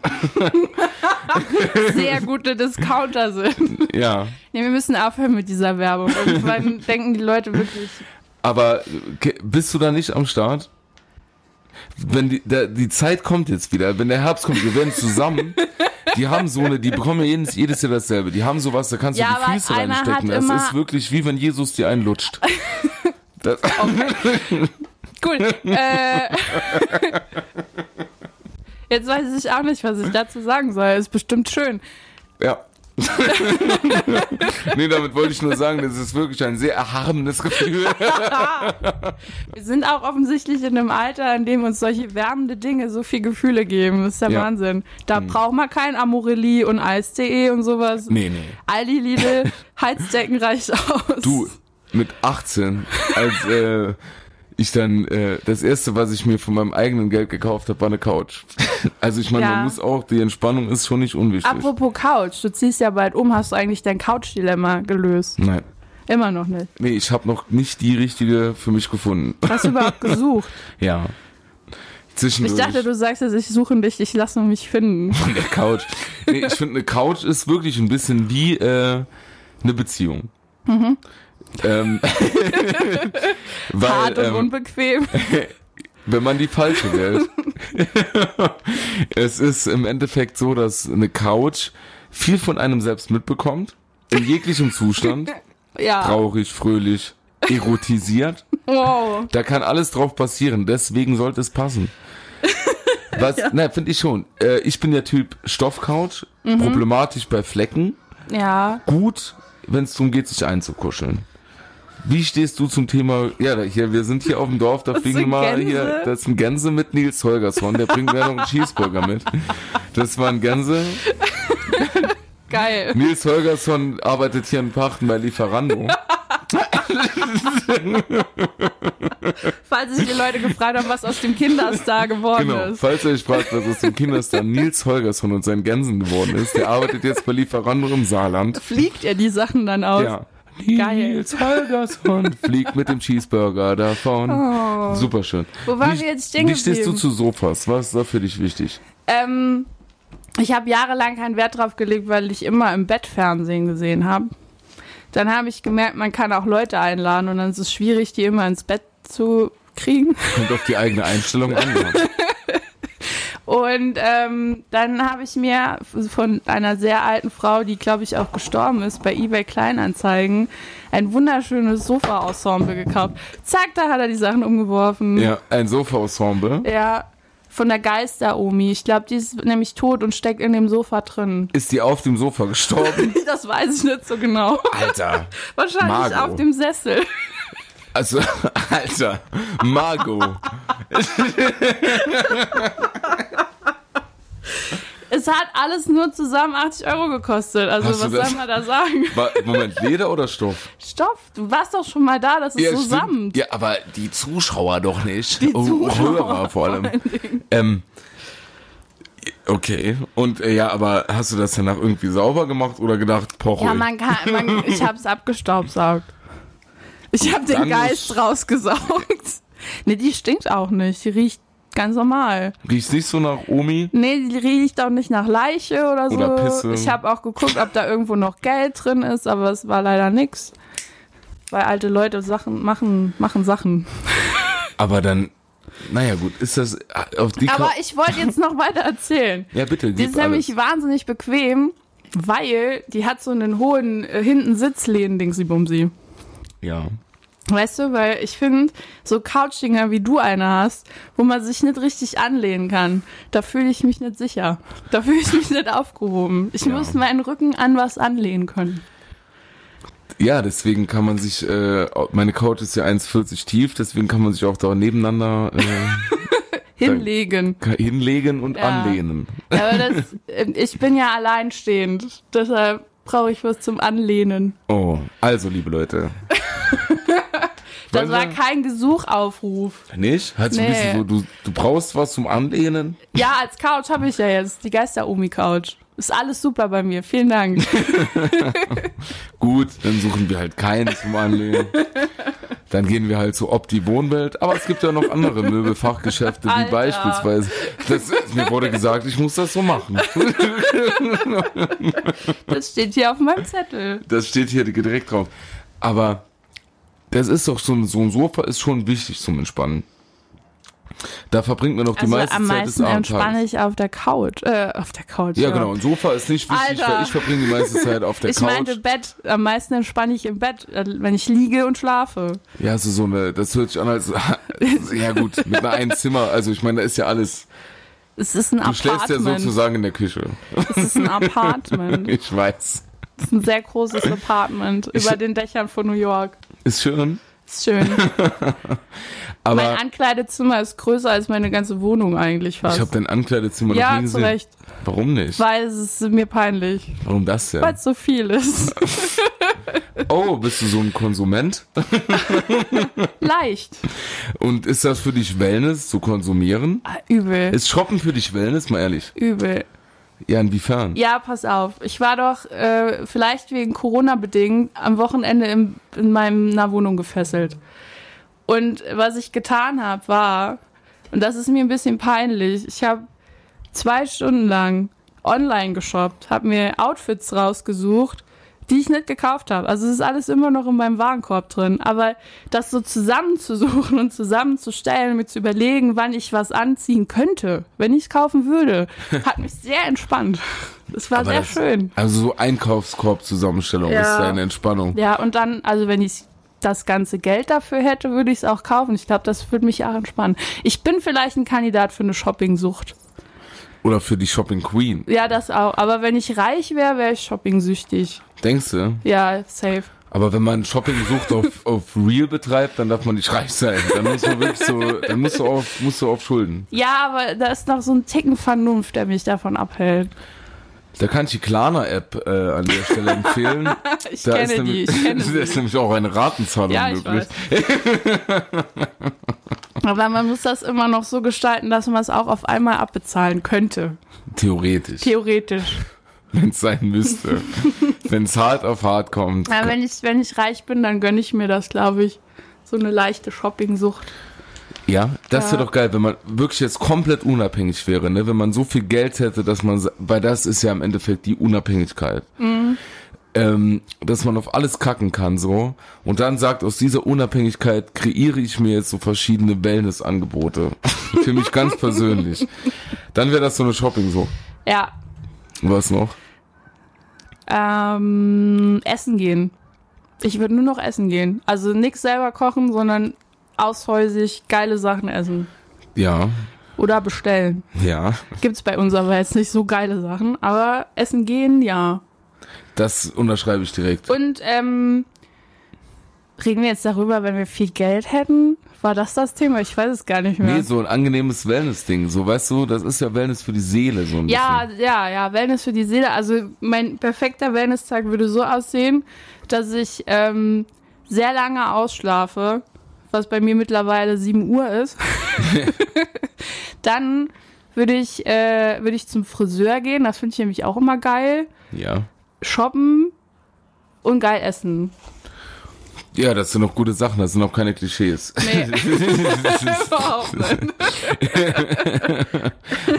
S2: Sehr gute Discounter sind.
S1: ja,
S2: Nee, wir müssen aufhören mit dieser Werbung. Irgendwann denken die Leute wirklich,
S1: aber ke- bist du da nicht am Start? Wenn die, da, die Zeit kommt jetzt wieder, wenn der Herbst kommt, wir werden zusammen, die haben so eine, die bekommen ja jedes, jedes Jahr dasselbe, die haben sowas, da kannst du
S2: Ja,
S1: die
S2: aber
S1: Füße
S2: einer hat
S1: reinstecken, das
S2: immer-
S1: ist wirklich wie wenn Jesus dir einen lutscht. Das,
S2: Cool. äh, jetzt weiß ich auch nicht, was ich dazu sagen soll. Ist bestimmt schön.
S1: Ja. nee, damit wollte ich nur sagen, das ist wirklich ein sehr erhabenes Gefühl.
S2: Wir sind auch offensichtlich in einem Alter, in dem uns solche wärmende Dinge so viel Gefühle geben. Das ist der
S1: Ja. Hm.
S2: Wahnsinn. Da braucht man kein Amorelli und Eis.de und sowas.
S1: Nee, nee.
S2: Aldi Lidl, Heizdecken reicht aus.
S1: Du, mit 18, als äh, ich dann, äh, das erste, was ich mir von meinem eigenen Geld gekauft habe, war eine Couch. Also ich meine,
S2: Ja.
S1: man muss auch, die Entspannung ist schon nicht unwichtig.
S2: Apropos Couch, du ziehst ja bald um, hast du eigentlich dein Couch-Dilemma gelöst?
S1: Nein.
S2: Immer noch nicht.
S1: Nee, ich habe noch nicht die richtige für mich gefunden.
S2: Hast du überhaupt gesucht?
S1: Ja. Zwischendurch.
S2: Ich dachte, du sagst jetzt, ich suche dich, ich lasse mich finden.
S1: Von der Couch. Nee, ich finde, eine Couch ist wirklich ein bisschen wie äh, eine Beziehung.
S2: Mhm.
S1: Ähm, weil,
S2: Hart und
S1: ähm,
S2: unbequem.
S1: wenn man die falsche wählt. es ist im Endeffekt so, dass eine Couch viel von einem selbst mitbekommt. In jeglichem Zustand.
S2: Ja.
S1: Traurig, fröhlich, erotisiert.
S2: Wow.
S1: Da kann alles drauf passieren, deswegen sollte es passen. Was, na, finde ich schon. Äh, ich bin der Typ Stoffcouch,
S2: Mhm.
S1: problematisch bei Flecken,
S2: Ja.
S1: gut, wenn es darum geht, sich einzukuscheln. Wie stehst du zum Thema, ja, da- hier, wir sind hier auf dem Dorf, da fliegen
S2: sind
S1: mal
S2: Gänse.
S1: hier, das sind Gänse mit Nils Holgersson, der bringt mir noch einen Cheeseburger mit. Das waren Gänse.
S2: Geil.
S1: Nils Holgersson arbeitet hier in Pachten bei Lieferando.
S2: Falls sich die Leute gefragt haben, was aus dem Kinderstar geworden
S1: Genau,
S2: ist.
S1: falls ihr euch fragt, was aus dem Kinderstar Nils Holgersson und seinen Gänsen geworden ist, der arbeitet jetzt bei Lieferando im Saarland.
S2: Fliegt er die Sachen dann aus?
S1: Ja.
S2: Geil.
S1: Nils Holgersson fliegt mit dem Cheeseburger davon. Super schön.
S2: Oh. Wo waren wir jetzt stehen
S1: Wie stehst du
S2: geblieben?
S1: zu Sofas? Was ist da für dich wichtig?
S2: Ähm, ich habe jahrelang keinen Wert drauf gelegt, weil ich immer im Bett Fernsehen gesehen habe. Dann habe ich gemerkt, man kann auch Leute einladen und dann ist es schwierig, die immer ins Bett zu kriegen.
S1: Kommt auf die eigene Einstellung an. ja.
S2: Und ähm, dann habe ich mir von einer sehr alten Frau, die glaube ich auch gestorben ist, bei eBay Kleinanzeigen ein wunderschönes Sofa-Ensemble gekauft. Zack, da hat er die Sachen umgeworfen.
S1: Ja, ein Sofa-Ensemble.
S2: Ja, von der Geister-Omi. Ich glaube, die ist nämlich tot und steckt in dem Sofa drin.
S1: Ist die auf dem Sofa gestorben?
S2: Das weiß ich nicht so genau.
S1: Alter.
S2: Wahrscheinlich
S1: Margot.
S2: auf dem Sessel.
S1: Also, Alter. Margot.
S2: Es hat alles nur zusammen 80 Euro gekostet. Also
S1: Hast du
S2: was
S1: das-
S2: soll man da sagen?
S1: Wa- Moment, Leder oder Stoff?
S2: Stoff, du warst doch schon mal da, das ist
S1: Ja,
S2: so
S1: stimmt.
S2: Samt.
S1: Ja, aber die Zuschauer doch nicht.
S2: Die
S1: Oh,
S2: Zuschauer
S1: Hörer vor allem. Ähm, okay. Und äh, ja, aber hast du das danach irgendwie sauber gemacht oder gedacht, Pocho?
S2: Ja, man kann, man, ich hab's abgestaubsaugt. Ich hab
S1: Dann
S2: den
S1: ist-
S2: Geist rausgesaugt. Nee, die stinkt auch nicht. Die riecht ganz normal.
S1: Riecht nicht so nach Omi?
S2: Nee, die riecht auch nicht nach Leiche oder so.
S1: Oder Pisse.
S2: Ich habe auch geguckt, ob da irgendwo noch Geld drin ist, aber es war leider nix. Weil alte Leute Sachen machen, machen Sachen.
S1: Aber dann, naja gut, ist das äh, auf die
S2: Aber
S1: Ka-
S2: ich wollte jetzt noch weiter erzählen.
S1: Ja, bitte,
S2: Die
S1: gib
S2: ist
S1: alles.
S2: nämlich wahnsinnig bequem, weil die hat so einen hohen äh, hinten Sitzlehnen-Ding, sie bumsi.
S1: Ja.
S2: Weißt du, weil ich finde, so Couchdinger wie du eine hast, wo man sich nicht richtig anlehnen kann, da fühle ich mich nicht sicher. Da fühle ich mich nicht aufgehoben. Ich
S1: Ja.
S2: muss meinen Rücken an was anlehnen können.
S1: Ja, deswegen kann man sich, äh, meine Couch ist ja 1,40 tief, deswegen kann man sich auch da nebeneinander äh,
S2: Hinlegen.
S1: hinlegen und
S2: Ja.
S1: anlehnen.
S2: Aber das, äh, ich bin ja alleinstehend. Deshalb brauche ich was zum Anlehnen.
S1: Oh, also liebe Leute.
S2: Das
S1: Wollen
S2: war
S1: wir-
S2: kein Gesuchaufruf.
S1: Nicht? Hat sich ein
S2: Nee.
S1: bisschen so, du, du brauchst was zum Anlehnen?
S2: Ja, als Couch habe ich ja jetzt die Geister-Omi-Couch. Ist alles super bei mir. Vielen Dank.
S1: Gut, dann suchen wir halt keinen zum Anlegen. Dann gehen wir halt zu Opti Wohnwelt. Aber es gibt ja noch andere Möbelfachgeschäfte, wie
S2: Alter.
S1: beispielsweise. Das, mir wurde gesagt, ich muss das so machen.
S2: Das steht hier auf meinem Zettel.
S1: Das steht hier direkt drauf. Aber das ist doch schon, so ein Sofa ist schon wichtig zum Entspannen. Da verbringt man doch die
S2: Also
S1: meiste
S2: am
S1: Zeit des
S2: meisten entspanne
S1: Abendtages.
S2: ich auf der Couch. Äh, auf der Couch.
S1: Ja, genau. Ein Sofa ist nicht wichtig,
S2: Alter.
S1: weil ich verbringe die meiste Zeit auf der
S2: ich
S1: Couch.
S2: meinte Bett. Am meisten entspanne ich im Bett, äh, wenn ich liege und schlafe.
S1: Ja, also so, so eine, das hört sich an als, ja gut, mit einer einen Zimmer, also ich meine, da ist ja alles.
S2: Es ist ein
S1: Du schläfst ja
S2: Apartment.
S1: sozusagen in der Küche.
S2: es ist ein Apartment.
S1: Ich weiß.
S2: Es ist ein sehr großes Apartment über den Dächern von New York.
S1: Ist schön,
S2: Ist schön.
S1: aber
S2: mein Ankleidezimmer ist größer als meine ganze Wohnung eigentlich
S1: ich habe
S2: fast.
S1: dein Ankleidezimmer noch
S2: Ja,
S1: nie
S2: zu
S1: gesehen.
S2: Recht.
S1: Warum nicht?
S2: Weil es ist mir peinlich,
S1: Warum das
S2: weil
S1: denn?
S2: es so viel ist.
S1: Oh, bist du so ein Konsument?
S2: Leicht.
S1: Und ist das für dich Wellness zu konsumieren?
S2: Ah, Übel.
S1: Ist Shoppen für dich Wellness, mal ehrlich?
S2: Übel.
S1: Ja, inwiefern?
S2: Ja, pass auf. Ich war doch äh, vielleicht wegen Corona bedingt am Wochenende im, in meiner Wohnung gefesselt. Und was ich getan habe, war, und das ist mir ein bisschen peinlich, ich habe zwei Stunden lang online geshoppt, habe mir Outfits rausgesucht, die ich nicht gekauft habe. Also es ist alles immer noch in meinem Warenkorb drin. Aber das so zusammenzusuchen und zusammenzustellen, mir zu überlegen, wann ich was anziehen könnte, wenn ich es kaufen würde, hat mich sehr entspannt. Das war
S1: Aber
S2: sehr
S1: das-
S2: schön.
S1: Also so Einkaufskorb-Zusammenstellung
S2: Ja.
S1: ist deine Entspannung.
S2: Ja, und dann, also wenn ich das ganze Geld dafür hätte, würde ich es auch kaufen. Ich glaube, das würde mich auch entspannen. Ich bin vielleicht ein Kandidat für eine Shopping-Sucht.
S1: Oder für die Shopping Queen.
S2: Ja, das auch. Aber wenn ich reich wäre, wäre ich shopping-süchtig.
S1: Denkst du?
S2: Ja, safe.
S1: Aber wenn man Shopping sucht auf, auf Real betreibt, dann darf man nicht reich sein. Dann muss man wirklich so, dann musst du auf, musst du auf Schulden.
S2: Ja, aber da ist noch so ein Ticken Vernunft, der mich davon abhält.
S1: Da kann ich die Klarna-App äh, an der Stelle empfehlen.
S2: Ich
S1: Da
S2: kenne
S1: ist
S2: die,
S1: nämlich,
S2: ich kenne
S1: da ist
S2: sie.
S1: nämlich auch eine Ratenzahlung
S2: Ja, ich
S1: möglich.
S2: weiß. Aber man muss das immer noch so gestalten, dass man es auch auf einmal abbezahlen könnte.
S1: Theoretisch,
S2: Theoretisch.
S1: wenn es sein müsste. wenn es hart auf hart kommt.
S2: Ja, wenn ich, wenn ich reich bin, dann gönne ich mir das, glaube ich. So eine leichte Shopping-Sucht.
S1: Ja, das
S2: Ja.
S1: wäre doch geil, wenn man wirklich jetzt komplett unabhängig wäre, ne? Wenn man so viel Geld hätte, dass man, sa- weil das ist ja im Endeffekt die Unabhängigkeit.
S2: Mhm.
S1: Ähm, dass man auf alles kacken kann, so. Und dann sagt, aus dieser Unabhängigkeit kreiere ich mir jetzt so verschiedene Wellness-Angebote. Für mich ganz persönlich. Dann wäre das so eine Shopping so.
S2: Ja,
S1: Was noch?
S2: Ähm, essen gehen. Ich würde nur noch essen gehen. Also nichts selber kochen, sondern aushäusig geile Sachen essen.
S1: Ja,
S2: Oder bestellen.
S1: ja.
S2: Gibt's bei uns aber jetzt nicht so geile Sachen, aber essen gehen, ja.
S1: Das unterschreibe ich direkt.
S2: Und ähm, reden wir jetzt darüber, wenn wir viel Geld hätten? War das das Thema? Ich weiß es gar nicht mehr.
S1: Nee, so ein angenehmes Wellness-Ding. So, weißt du, das ist ja Wellness für die Seele, so ein
S2: Ja,
S1: bisschen.
S2: ja, ja, Wellness für die Seele. Also mein perfekter Wellness-Tag würde so aussehen, dass ich ähm, sehr lange ausschlafe, was bei mir mittlerweile 7 Uhr ist. Dann würde ich, äh, würde ich zum Friseur gehen, das finde ich nämlich auch immer geil.
S1: Ja.
S2: Shoppen und geil essen.
S1: Ja, das sind noch gute Sachen, das sind noch keine Klischees.
S2: Nee. Überhaupt nicht.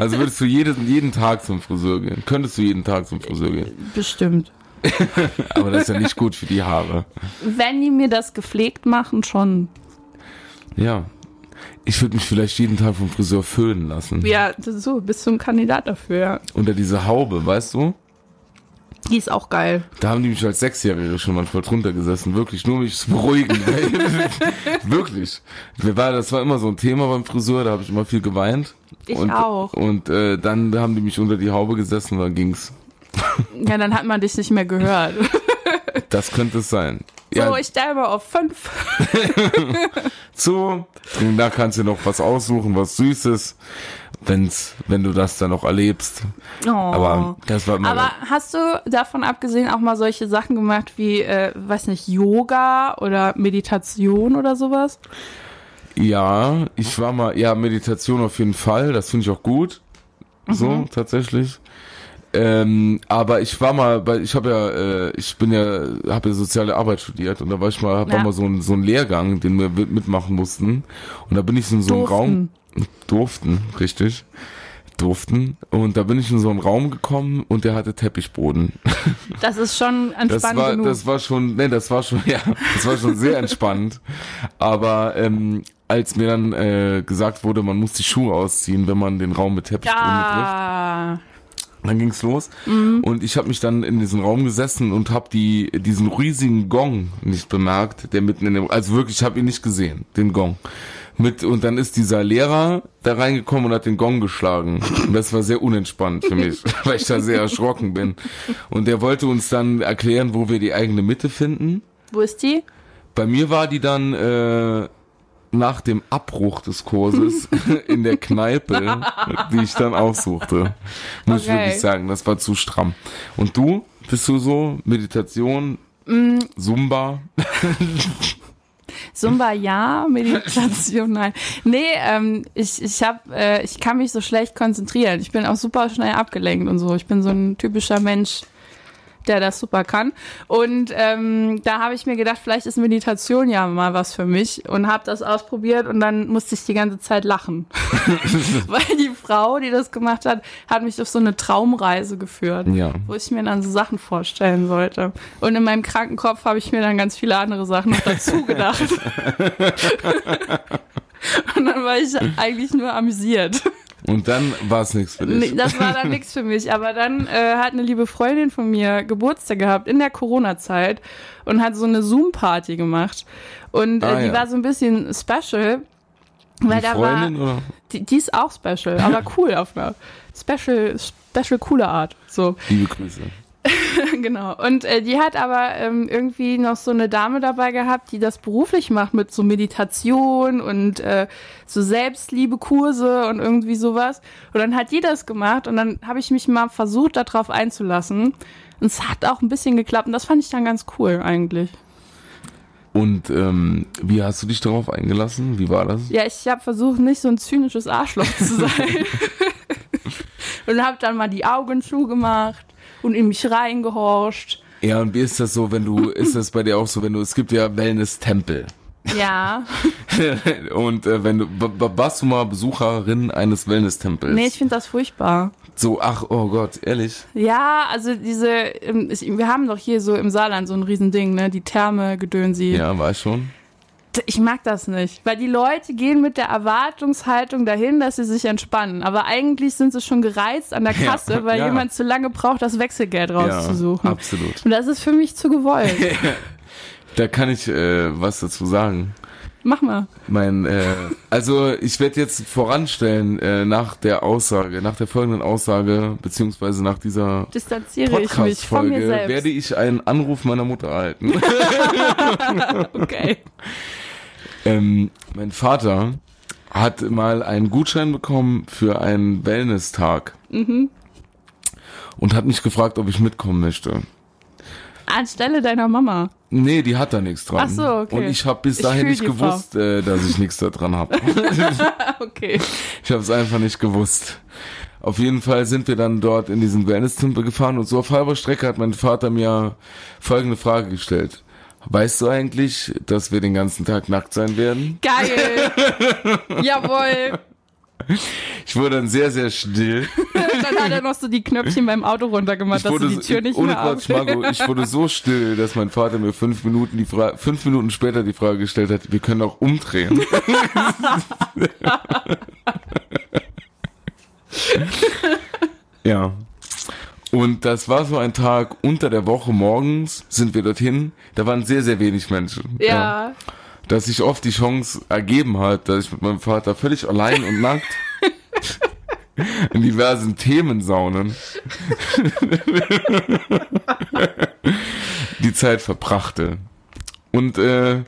S1: Also würdest du jeden, jeden Tag zum Friseur gehen? Könntest du jeden Tag zum Friseur gehen?
S2: Bestimmt.
S1: Aber das ist ja nicht gut für die Haare.
S2: Wenn die mir das gepflegt machen, schon.
S1: Ja. Ich würde mich vielleicht jeden Tag vom Friseur föhnen lassen.
S2: Ja, so, bist du ein Kandidat dafür. ja.
S1: Unter diese Haube, weißt du?
S2: Die ist auch geil.
S1: Da haben die mich als Sechsjährige schon manchmal drunter gesessen. Wirklich, nur um mich zu beruhigen. Wirklich. Mir war- Das war immer so ein Thema beim Friseur, da habe ich immer viel geweint.
S2: Ich
S1: und,
S2: auch.
S1: Und äh, dann haben die mich unter die Haube gesessen, dann ging's.
S2: Ja, dann hat man dich nicht mehr gehört.
S1: Das könnte es sein.
S2: So, ich stelle mal auf fünf.
S1: zu. Und da kannst du noch was aussuchen, was Süßes, wenn's, wenn du das dann noch erlebst.
S2: Oh.
S1: Aber das war immer.
S2: Aber hast du davon abgesehen auch mal solche Sachen gemacht wie, äh, weiß nicht, Yoga oder Meditation oder sowas?
S1: ja, ich war mal, ja, Meditation auf jeden Fall, das finde ich auch gut. So, tatsächlich. Ähm, aber ich war mal, bei, ich habe ja, äh, ich bin ja, habe ja soziale Arbeit studiert und da war ich mal, hab
S2: Ja.
S1: da mal so einen so einen Lehrgang, den wir mit- mitmachen mussten. Und da bin ich in so einen Raum, durften, richtig, durften. Und da bin ich in so einen Raum gekommen und der hatte Teppichboden.
S2: Das ist schon
S1: Das
S2: entspannt
S1: war,
S2: genug.
S1: das war schon, nee, das war schon, ja, das war schon sehr entspannt. Aber ähm, als mir dann äh, gesagt wurde, man muss die Schuhe ausziehen, wenn man den Raum mit Teppichboden betrifft,
S2: ja.
S1: dann ging's los. Und ich habe mich dann in diesen Raum gesessen und habe die, diesen riesigen Gong nicht bemerkt, der mitten in dem, also wirklich, ich habe ihn nicht gesehen, den Gong. Mit, und dann ist dieser Lehrer da reingekommen und hat den Gong geschlagen. Und das war sehr unentspannt für mich, weil ich da sehr erschrocken bin. Und der wollte uns dann erklären, wo wir die eigene Mitte finden.
S2: Wo ist die?
S1: Bei mir war die dann äh, nach dem Abbruch des Kurses in der Kneipe, die ich dann aufsuchte. Muss
S2: Okay.
S1: ich wirklich sagen, das war zu stramm. Und du, bist du so? Meditation,
S2: Mm.
S1: Zumba?
S2: Zumba ja, Meditation nein. Nee, ähm, ich, ich, hab, äh, ich kann mich so schlecht konzentrieren. Ich bin auch super schnell abgelenkt und so. Ich bin so ein typischer Mensch, der das super kann. Und ähm, da habe ich mir gedacht, vielleicht ist Meditation ja mal was für mich und habe das ausprobiert und dann musste ich die ganze Zeit lachen. Weil die Frau, die das gemacht hat, hat mich auf so eine Traumreise geführt.
S1: Ja.
S2: Wo ich mir dann so Sachen vorstellen sollte. Und in meinem kranken Kopf habe ich mir dann ganz viele andere Sachen noch dazu gedacht. Und dann war ich eigentlich nur amüsiert.
S1: Und dann war es nichts für dich.
S2: Nee, das war dann nichts für mich. Aber dann äh, hat eine liebe Freundin von mir Geburtstag gehabt in der Corona-Zeit und hat so eine Zoom-Party gemacht. Und äh,
S1: Ah,
S2: die
S1: ja.
S2: war so ein bisschen special. Weil
S1: die
S2: da war,
S1: Freundin oder?
S2: die, die ist auch special, aber cool auf einer special, special coole Art. So.
S1: Liebe Grüße.
S2: Genau. Und äh, die hat aber ähm, irgendwie noch so eine Dame dabei gehabt, die das beruflich macht mit so Meditation und äh, so Selbstliebekurse und irgendwie sowas. Und dann hat die das gemacht und dann habe ich mich mal versucht, darauf einzulassen. Und es hat auch ein bisschen geklappt und das fand ich dann ganz cool eigentlich.
S1: Und ähm, wie hast du dich darauf eingelassen? Wie war das?
S2: Ja, ich habe versucht, nicht so ein zynisches Arschloch zu sein. und habe dann mal die Augen zugemacht und in mich reingehorcht.
S1: Ja, und wie ist das so, wenn du, ist das bei dir auch so, wenn du, es gibt ja Wellness-Tempel.
S2: Ja.
S1: Und äh, wenn du, wa- wa- warst du mal Besucherin eines Wellness-Tempels?
S2: Nee, ich finde das furchtbar.
S1: So, ach, oh Gott, ehrlich.
S2: Ja, also diese, ähm, ich, wir haben doch hier so im Saarland so ein Riesending, ne? Die Therme, Gedönsi.
S1: Ja, war ich schon.
S2: D- Ich mag das nicht, weil die Leute gehen mit der Erwartungshaltung dahin, dass sie sich entspannen. Aber eigentlich sind sie schon gereizt an der
S1: Ja,
S2: Kasse, weil
S1: ja.
S2: jemand zu lange braucht, das Wechselgeld rauszusuchen.
S1: Ja, absolut.
S2: Und das ist für mich zu gewollt.
S1: Da kann ich äh, was dazu sagen.
S2: Mach mal.
S1: Mein, äh, also ich werde jetzt voranstellen äh, nach der Aussage, nach der folgenden Aussage, beziehungsweise nach dieser
S2: Distanziere ich mich von mir
S1: Podcast-Folge werde
S2: selbst.
S1: ich einen Anruf meiner Mutter erhalten.
S2: Okay.
S1: Ähm, mein Vater hat mal einen Gutschein bekommen für einen Wellness-Tag.
S2: Mhm.
S1: Und hat mich gefragt, ob ich mitkommen möchte.
S2: Anstelle deiner Mama.
S1: Nee, die hat da nichts dran.
S2: Ach so, okay.
S1: Und ich habe bis
S2: Ich
S1: dahin
S2: fühl
S1: nicht
S2: die Frau.
S1: gewusst, äh, dass ich nichts da dran habe.
S2: Okay.
S1: Ich habe es einfach nicht gewusst. Auf jeden Fall sind wir dann dort in diesen Wellness-Tempel gefahren und so auf halber Strecke hat mein Vater mir folgende Frage gestellt. Weißt du eigentlich, dass wir den ganzen Tag nackt sein werden?
S2: Geil. Jawohl.
S1: Ich wurde dann sehr, sehr still.
S2: Dann hat er noch so die Knöpfchen beim Auto runtergemacht,
S1: Ich
S2: dass
S1: wurde,
S2: du die Tür nicht
S1: ohne
S2: mehr
S1: Quatsch,
S2: aufmachst.
S1: Margot, ich wurde so still, dass mein Vater mir fünf Minuten, die Fra fünf Minuten später die Frage gestellt hat, wir können auch umdrehen. ja. Und das war so ein Tag unter der Woche morgens sind wir dorthin. Da waren sehr, sehr wenig Menschen.
S2: Ja,
S1: Dass sich oft die Chance ergeben hat, dass ich mit meinem Vater völlig allein und nackt in diversen Themen saunen die Zeit verbrachte. Und äh,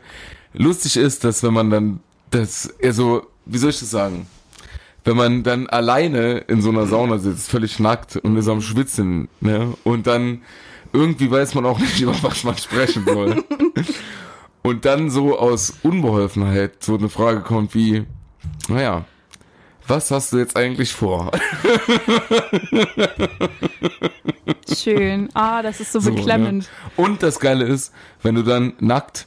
S1: lustig ist, dass wenn man dann das, also, wie soll ich das sagen? Wenn man dann alleine in so einer Sauna sitzt, völlig nackt und ist am Schwitzen, ne? Und dann irgendwie weiß man auch nicht, über was man sprechen soll. und dann so aus Unbeholfenheit so eine Frage kommt wie, naja, was hast du jetzt eigentlich vor?
S2: Schön. Ah, das ist so,
S1: So,
S2: beklemmend.
S1: ne? Und das Geile ist, wenn du dann nackt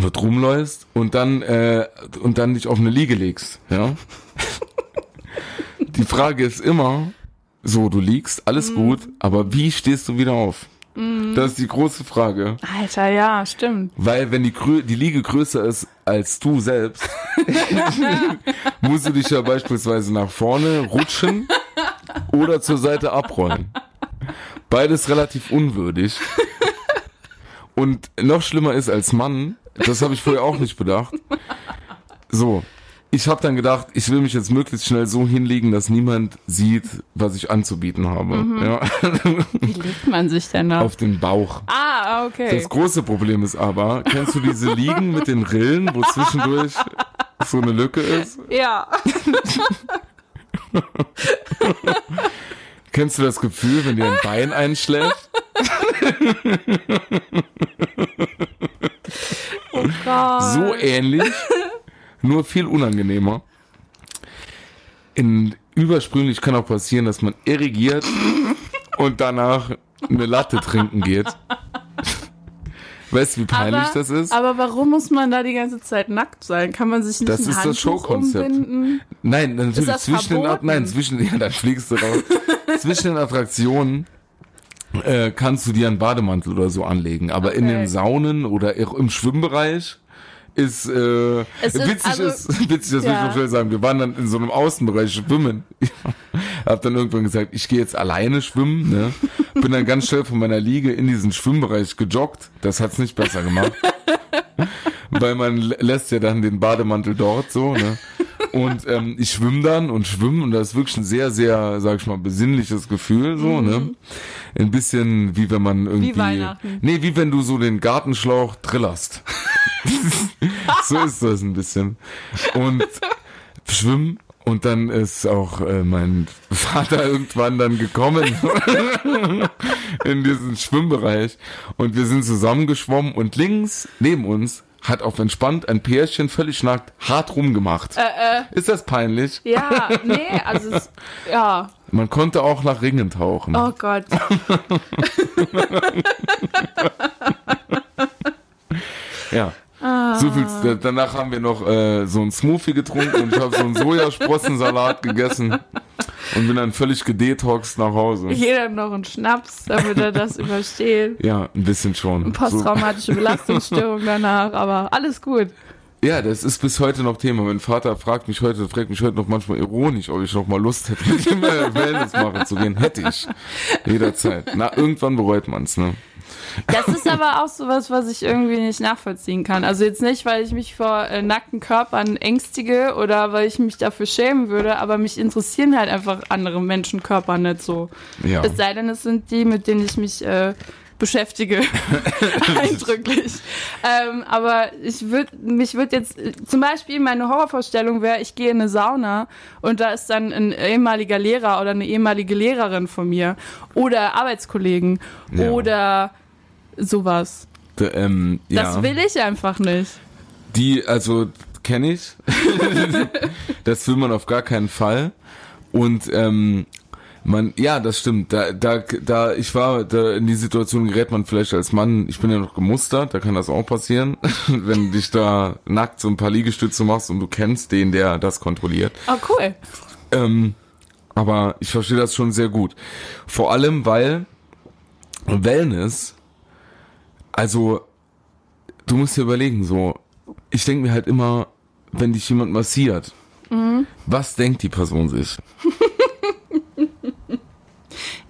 S1: dort rumläufst und dann, äh, und dann dich auf eine Liege legst, ja. Die Frage ist immer, so, du liegst, alles gut, aber wie stehst du wieder auf? Das ist die große Frage.
S2: Alter, ja, stimmt.
S1: Weil wenn die, Grö die Liege größer ist als du selbst, musst du dich ja beispielsweise nach vorne rutschen oder zur Seite abrollen. Beides relativ unwürdig. Und noch schlimmer ist als Mann, das habe ich vorher auch nicht bedacht. So, ich habe dann gedacht, ich will mich jetzt möglichst schnell so hinlegen, dass niemand sieht, was ich anzubieten habe. Ja,
S2: Wie legt man sich denn da?
S1: auf den Bauch.
S2: ah, okay.
S1: Das große Problem ist aber, kennst du diese Liegen mit den Rillen, wo zwischendurch so eine Lücke ist?
S2: Ja.
S1: Kennst du das Gefühl, wenn dir ein Bein einschläft?
S2: Oh Gott.
S1: So ähnlich, nur viel unangenehmer. In übersprünglich kann auch passieren, dass man irrigiert und danach eine Latte trinken geht. Weißt du, wie peinlich
S2: aber,
S1: das ist?
S2: aber warum muss man da die ganze Zeit nackt sein? Kann man sich nicht
S1: Das
S2: ein
S1: ist das
S2: Handtuch
S1: Showkonzept.
S2: umbinden?
S1: Nein, natürlich
S2: das
S1: zwischen den Ab
S2: verboten?
S1: nein, zwischen ja, dann fliegst du raus. zwischen den Attraktionen äh, kannst du dir einen Bademantel oder so anlegen, aber in
S2: Okay.
S1: den Saunen oder auch im Schwimmbereich ist äh,
S2: Es ist-
S1: witzig
S2: also-
S1: ist witzig, das will ich
S2: Ja.
S1: mal schnell sagen. Wir waren dann in so einem Außenbereich schwimmen. Ich hab dann irgendwann gesagt, ich gehe jetzt alleine schwimmen, ne? Bin dann ganz schnell von meiner Liege in diesen Schwimmbereich gejoggt. Das hat's nicht besser gemacht. Weil man lä- lässt ja dann den Bademantel dort so, ne? Und ähm, ich schwimme dann und schwimme und das ist wirklich ein sehr, sehr, sag ich mal, besinnliches Gefühl, so, ne? Ein bisschen wie wenn man irgendwie.
S2: Weihnachten.
S1: Nee, wie wenn du so den Gartenschlauch trillerst. so ist das ein bisschen. Und schwimmen und dann ist auch äh, mein Vater irgendwann dann gekommen in diesen Schwimmbereich und wir sind zusammengeschwommen und links neben uns hat auf entspannt ein Pärchen völlig nackt hart rumgemacht. Ist das peinlich?
S2: Ja, nee, also es, ja.
S1: Man konnte auch nach Ringen tauchen.
S2: Oh Gott.
S1: Ja. So viel, danach haben wir noch äh, so einen Smoothie getrunken und ich habe so einen Sojasprossensalat gegessen und bin dann völlig gedetoxed nach Hause.
S2: Jeder noch einen Schnaps, damit er das übersteht.
S1: Ja, ein bisschen schon. So,
S2: Posttraumatische Belastungsstörung danach, aber alles gut.
S1: ja, das ist bis heute noch Thema. Mein Vater fragt mich heute, fragt mich heute noch manchmal ironisch, ob ich noch mal Lust hätte, mit ihm äh, Wellness machen zu gehen. Hätte ich. Jederzeit. Na, irgendwann bereut man's, ne?
S2: Das ist aber auch sowas, was ich irgendwie nicht nachvollziehen kann. Also jetzt nicht, weil ich mich vor äh, nackten Körpern ängstige oder weil ich mich dafür schämen würde, aber mich interessieren halt einfach andere Menschenkörper nicht so.
S1: Ja.
S2: Es sei denn, es sind die, mit denen ich mich äh, beschäftige. Eindrücklich. Ähm, aber ich würde, mich würde jetzt, äh, zum Beispiel meine Horrorvorstellung wäre, ich gehe in eine Sauna und da ist dann ein ehemaliger Lehrer oder eine ehemalige Lehrerin von mir oder Arbeitskollegen
S1: Ja.
S2: oder sowas.
S1: D- ähm, ja.
S2: Das will ich einfach nicht.
S1: Die, also kenne ich. das will man auf gar keinen Fall. Und ähm, man, ja, das stimmt. Da, da, da, ich war, da in die Situation gerät man vielleicht als Mann. Ich bin ja noch gemustert, da kann das auch passieren, wenn du dich da nackt so ein paar Liegestütze machst und du kennst den, der das kontrolliert.
S2: Oh, cool.
S1: Ähm, aber ich verstehe das schon sehr gut. Vor allem, weil Wellness, also du musst dir überlegen, so, ich denke mir halt immer, wenn dich jemand massiert, was denkt die Person sich?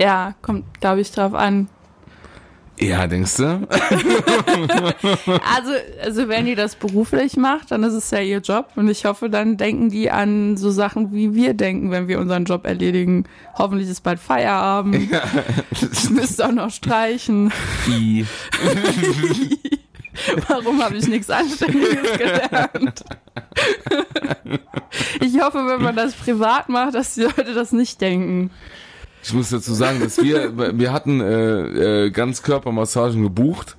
S2: Ja, kommt, glaube ich, drauf an.
S1: Ja, denkst du?
S2: Also, also wenn die das beruflich macht, dann ist es ja ihr Job. Und ich hoffe, dann denken die an so Sachen, wie wir denken, wenn wir unseren Job erledigen. Hoffentlich ist bald Feierabend. Ich müsste auch noch streichen.
S1: I.
S2: Warum habe ich nichts Anständiges gelernt? Ich hoffe, wenn man das privat macht, dass die Leute das nicht denken.
S1: Ich muss dazu sagen, dass wir, wir hatten äh, äh, Ganzkörpermassagen gebucht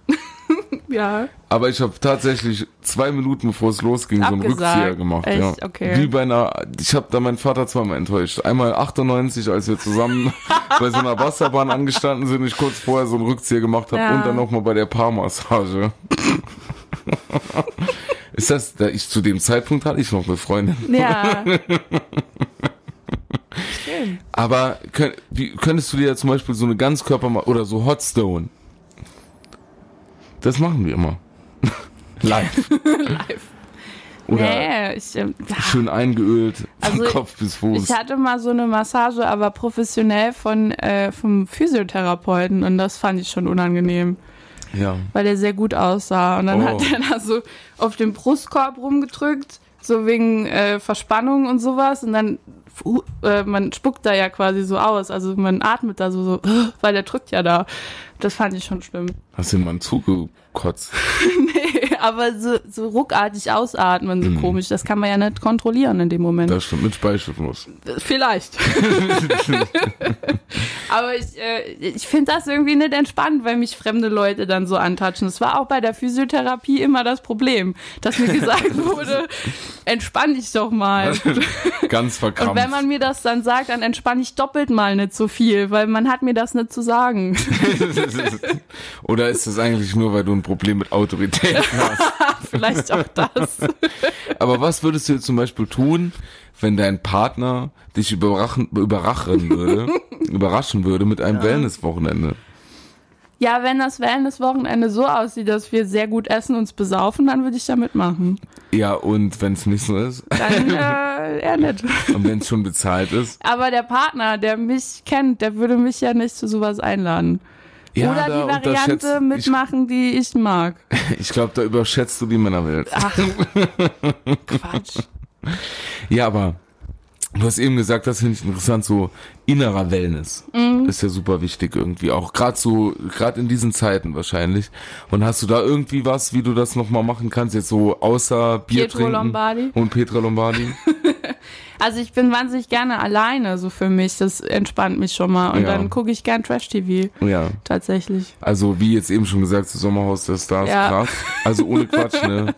S2: Ja.
S1: Aber ich habe tatsächlich zwei Minuten, bevor es losging, so einen
S2: Abgesagt.
S1: Rückzieher gemacht. Ja.
S2: Echt? Okay.
S1: Wie bei einer, ich habe da meinen Vater zweimal enttäuscht. Einmal 98, als wir zusammen bei so einer Wasserbahn angestanden sind, ich kurz vorher so einen Rückzieher gemacht habe
S2: Ja.
S1: und dann nochmal bei der Paarmassage. Ist das, da ich zu dem Zeitpunkt hatte ich noch eine Freundin.
S2: Ja. Schön.
S1: Aber könnt, wie, könntest du dir zum Beispiel so eine Ganzkörper ma- oder so Hotstone? Das machen wir immer. Live.
S2: Live.
S1: Oder
S2: nee, ich, ähm,
S1: schön eingeölt von
S2: Also,
S1: Kopf bis Fuß.
S2: ich hatte mal so eine Massage, aber professionell von, äh, vom Physiotherapeuten und das fand ich schon unangenehm.
S1: ja.
S2: weil der sehr gut aussah. Und dann
S1: Oh.
S2: hat er da so auf den Brustkorb rumgedrückt, so wegen äh, Verspannung und sowas. Und dann, fu- äh, man spuckt da ja quasi so aus. Also man atmet da so, so weil der drückt ja da. Das fand ich schon schlimm.
S1: Hast du den Mann zugekotzt?
S2: Aber so, so ruckartig ausatmen, so komisch, das kann man ja nicht kontrollieren in dem Moment.
S1: Das stimmt, mit Speichelfluss.
S2: Vielleicht. Aber ich, äh, ich finde das irgendwie nicht entspannt, wenn mich fremde Leute dann so antatschen. Das war auch bei der Physiotherapie immer das Problem, dass mir gesagt wurde, entspann dich doch mal.
S1: Ganz verkrampft.
S2: Also, Und wenn man mir das dann sagt, dann entspann ich doppelt mal nicht so viel, weil man hat mir das nicht zu sagen.
S1: Oder ist das eigentlich nur, weil du ein Problem mit Autorität hast?
S2: Vielleicht auch das.
S1: Aber was würdest du jetzt zum Beispiel tun, wenn dein Partner dich überrachen, überrachen würde, überraschen würde mit einem Wellness-Wochenende?
S2: Ja, wenn das Wellness-Wochenende so aussieht, dass wir sehr gut essen und uns besaufen, dann würde ich da mitmachen.
S1: Ja, und wenn es nicht so ist
S2: Dann äh, eher nicht.
S1: und wenn es schon bezahlt ist.
S2: Aber der Partner, der mich kennt, der würde mich ja nicht zu sowas einladen.
S1: Ja, da
S2: Oder die Variante
S1: unterschätzt-
S2: mitmachen, die ich mag.
S1: Ich, ich glaube, da überschätzt du die Männerwelt.
S2: Ach, Quatsch.
S1: Ja, aber du hast eben gesagt, das finde ich interessant, so innerer Wellness
S2: Mhm.
S1: ist ja super wichtig irgendwie auch. Gerade so, gerade in diesen Zeiten wahrscheinlich. Und hast du da irgendwie was, wie du das nochmal machen kannst, jetzt so außer Bier
S2: Pietro
S1: trinken
S2: Lombardi.
S1: und Petra Lombardi?
S2: Also ich bin wahnsinnig gerne alleine, so für mich. Das entspannt mich schon mal. Und
S1: Ja.
S2: dann gucke ich gern Trash-TV.
S1: ja.
S2: Tatsächlich.
S1: Also wie jetzt eben schon gesagt, das Sommerhaus der Stars,
S2: Ja.
S1: krass. Also ohne Quatsch, ne?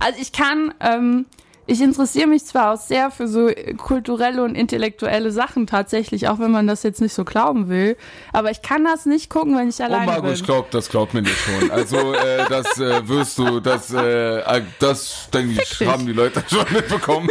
S2: Also ich kann, ähm, ich interessiere mich zwar auch sehr für so kulturelle und intellektuelle Sachen tatsächlich, auch wenn man das jetzt nicht so glauben will, aber ich kann das nicht gucken, wenn ich
S1: Oh
S2: alleine
S1: Marco,
S2: bin.
S1: ich glaube, das glaubt mir nicht schon. Also äh, das äh, wirst du, das, äh, äh, das denke ich,
S2: dich.
S1: haben die Leute schon mitbekommen.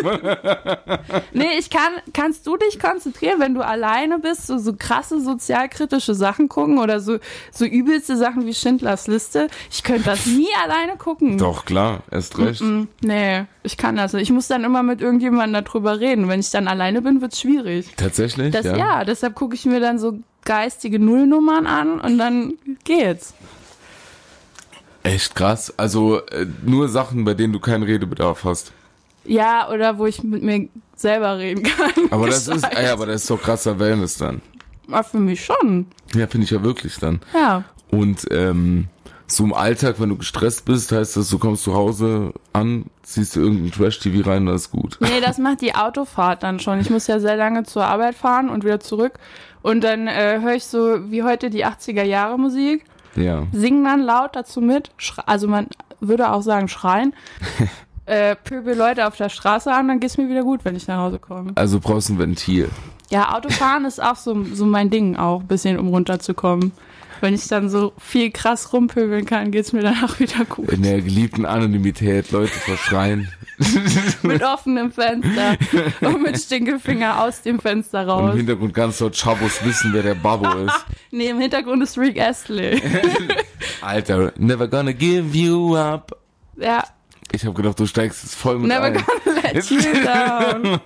S2: Nee, ich kann, kannst du dich konzentrieren, wenn du alleine bist, so, so krasse sozialkritische Sachen gucken oder so, so übelste Sachen wie Schindlers Liste? Ich könnte das nie alleine gucken.
S1: Doch, klar, erst
S2: Mhm.
S1: recht.
S2: Nee, ich kann das nicht. Ich muss dann immer mit irgendjemandem darüber reden. Wenn ich dann alleine bin, wird's schwierig.
S1: Tatsächlich?
S2: Das, ja. deshalb gucke ich mir dann so geistige Nullnummern an und dann geht's.
S1: Echt krass. Also äh, nur Sachen, bei denen du keinen Redebedarf hast.
S2: Ja, oder wo ich mit mir selber reden kann.
S1: Aber das ist,
S2: Gescheit.
S1: ey, aber das ist doch krasser Wellness dann.
S2: Aber für mich schon.
S1: Ja, finde ich ja wirklich dann.
S2: Ja.
S1: Und ähm, so im Alltag, wenn du gestresst bist, heißt das, du kommst zu Hause an, ziehst du irgendein Trash-TV rein, das ist gut.
S2: Nee, das macht die Autofahrt dann schon. Ich muss ja sehr lange zur Arbeit fahren und wieder zurück. Und dann äh, höre ich so wie heute die 80er Jahre Musik,
S1: Ja.
S2: singen dann laut dazu mit, schre- also man würde auch sagen schreien, äh, pöbel Leute auf der Straße an, dann geht's mir wieder gut, wenn ich nach Hause komme.
S1: Also brauchst ein Ventil.
S2: Ja, Autofahren ist auch so, so mein Ding auch, ein bisschen um runterzukommen. Wenn ich dann so viel krass rumpöbeln kann, geht's mir danach wieder gut.
S1: In der geliebten Anonymität Leute verschreien
S2: Mit offenem Fenster und mit Stinkefinger aus dem Fenster
S1: und
S2: raus.
S1: im Hintergrund ganz laut Chabos wissen, wer der Babbo ist.
S2: Nee, im Hintergrund ist Rick Astley.
S1: Alter, never gonna give you up.
S2: ja,
S1: Ich habe gedacht, du steigst jetzt voll mit
S2: never
S1: ein.
S2: gonna let you down.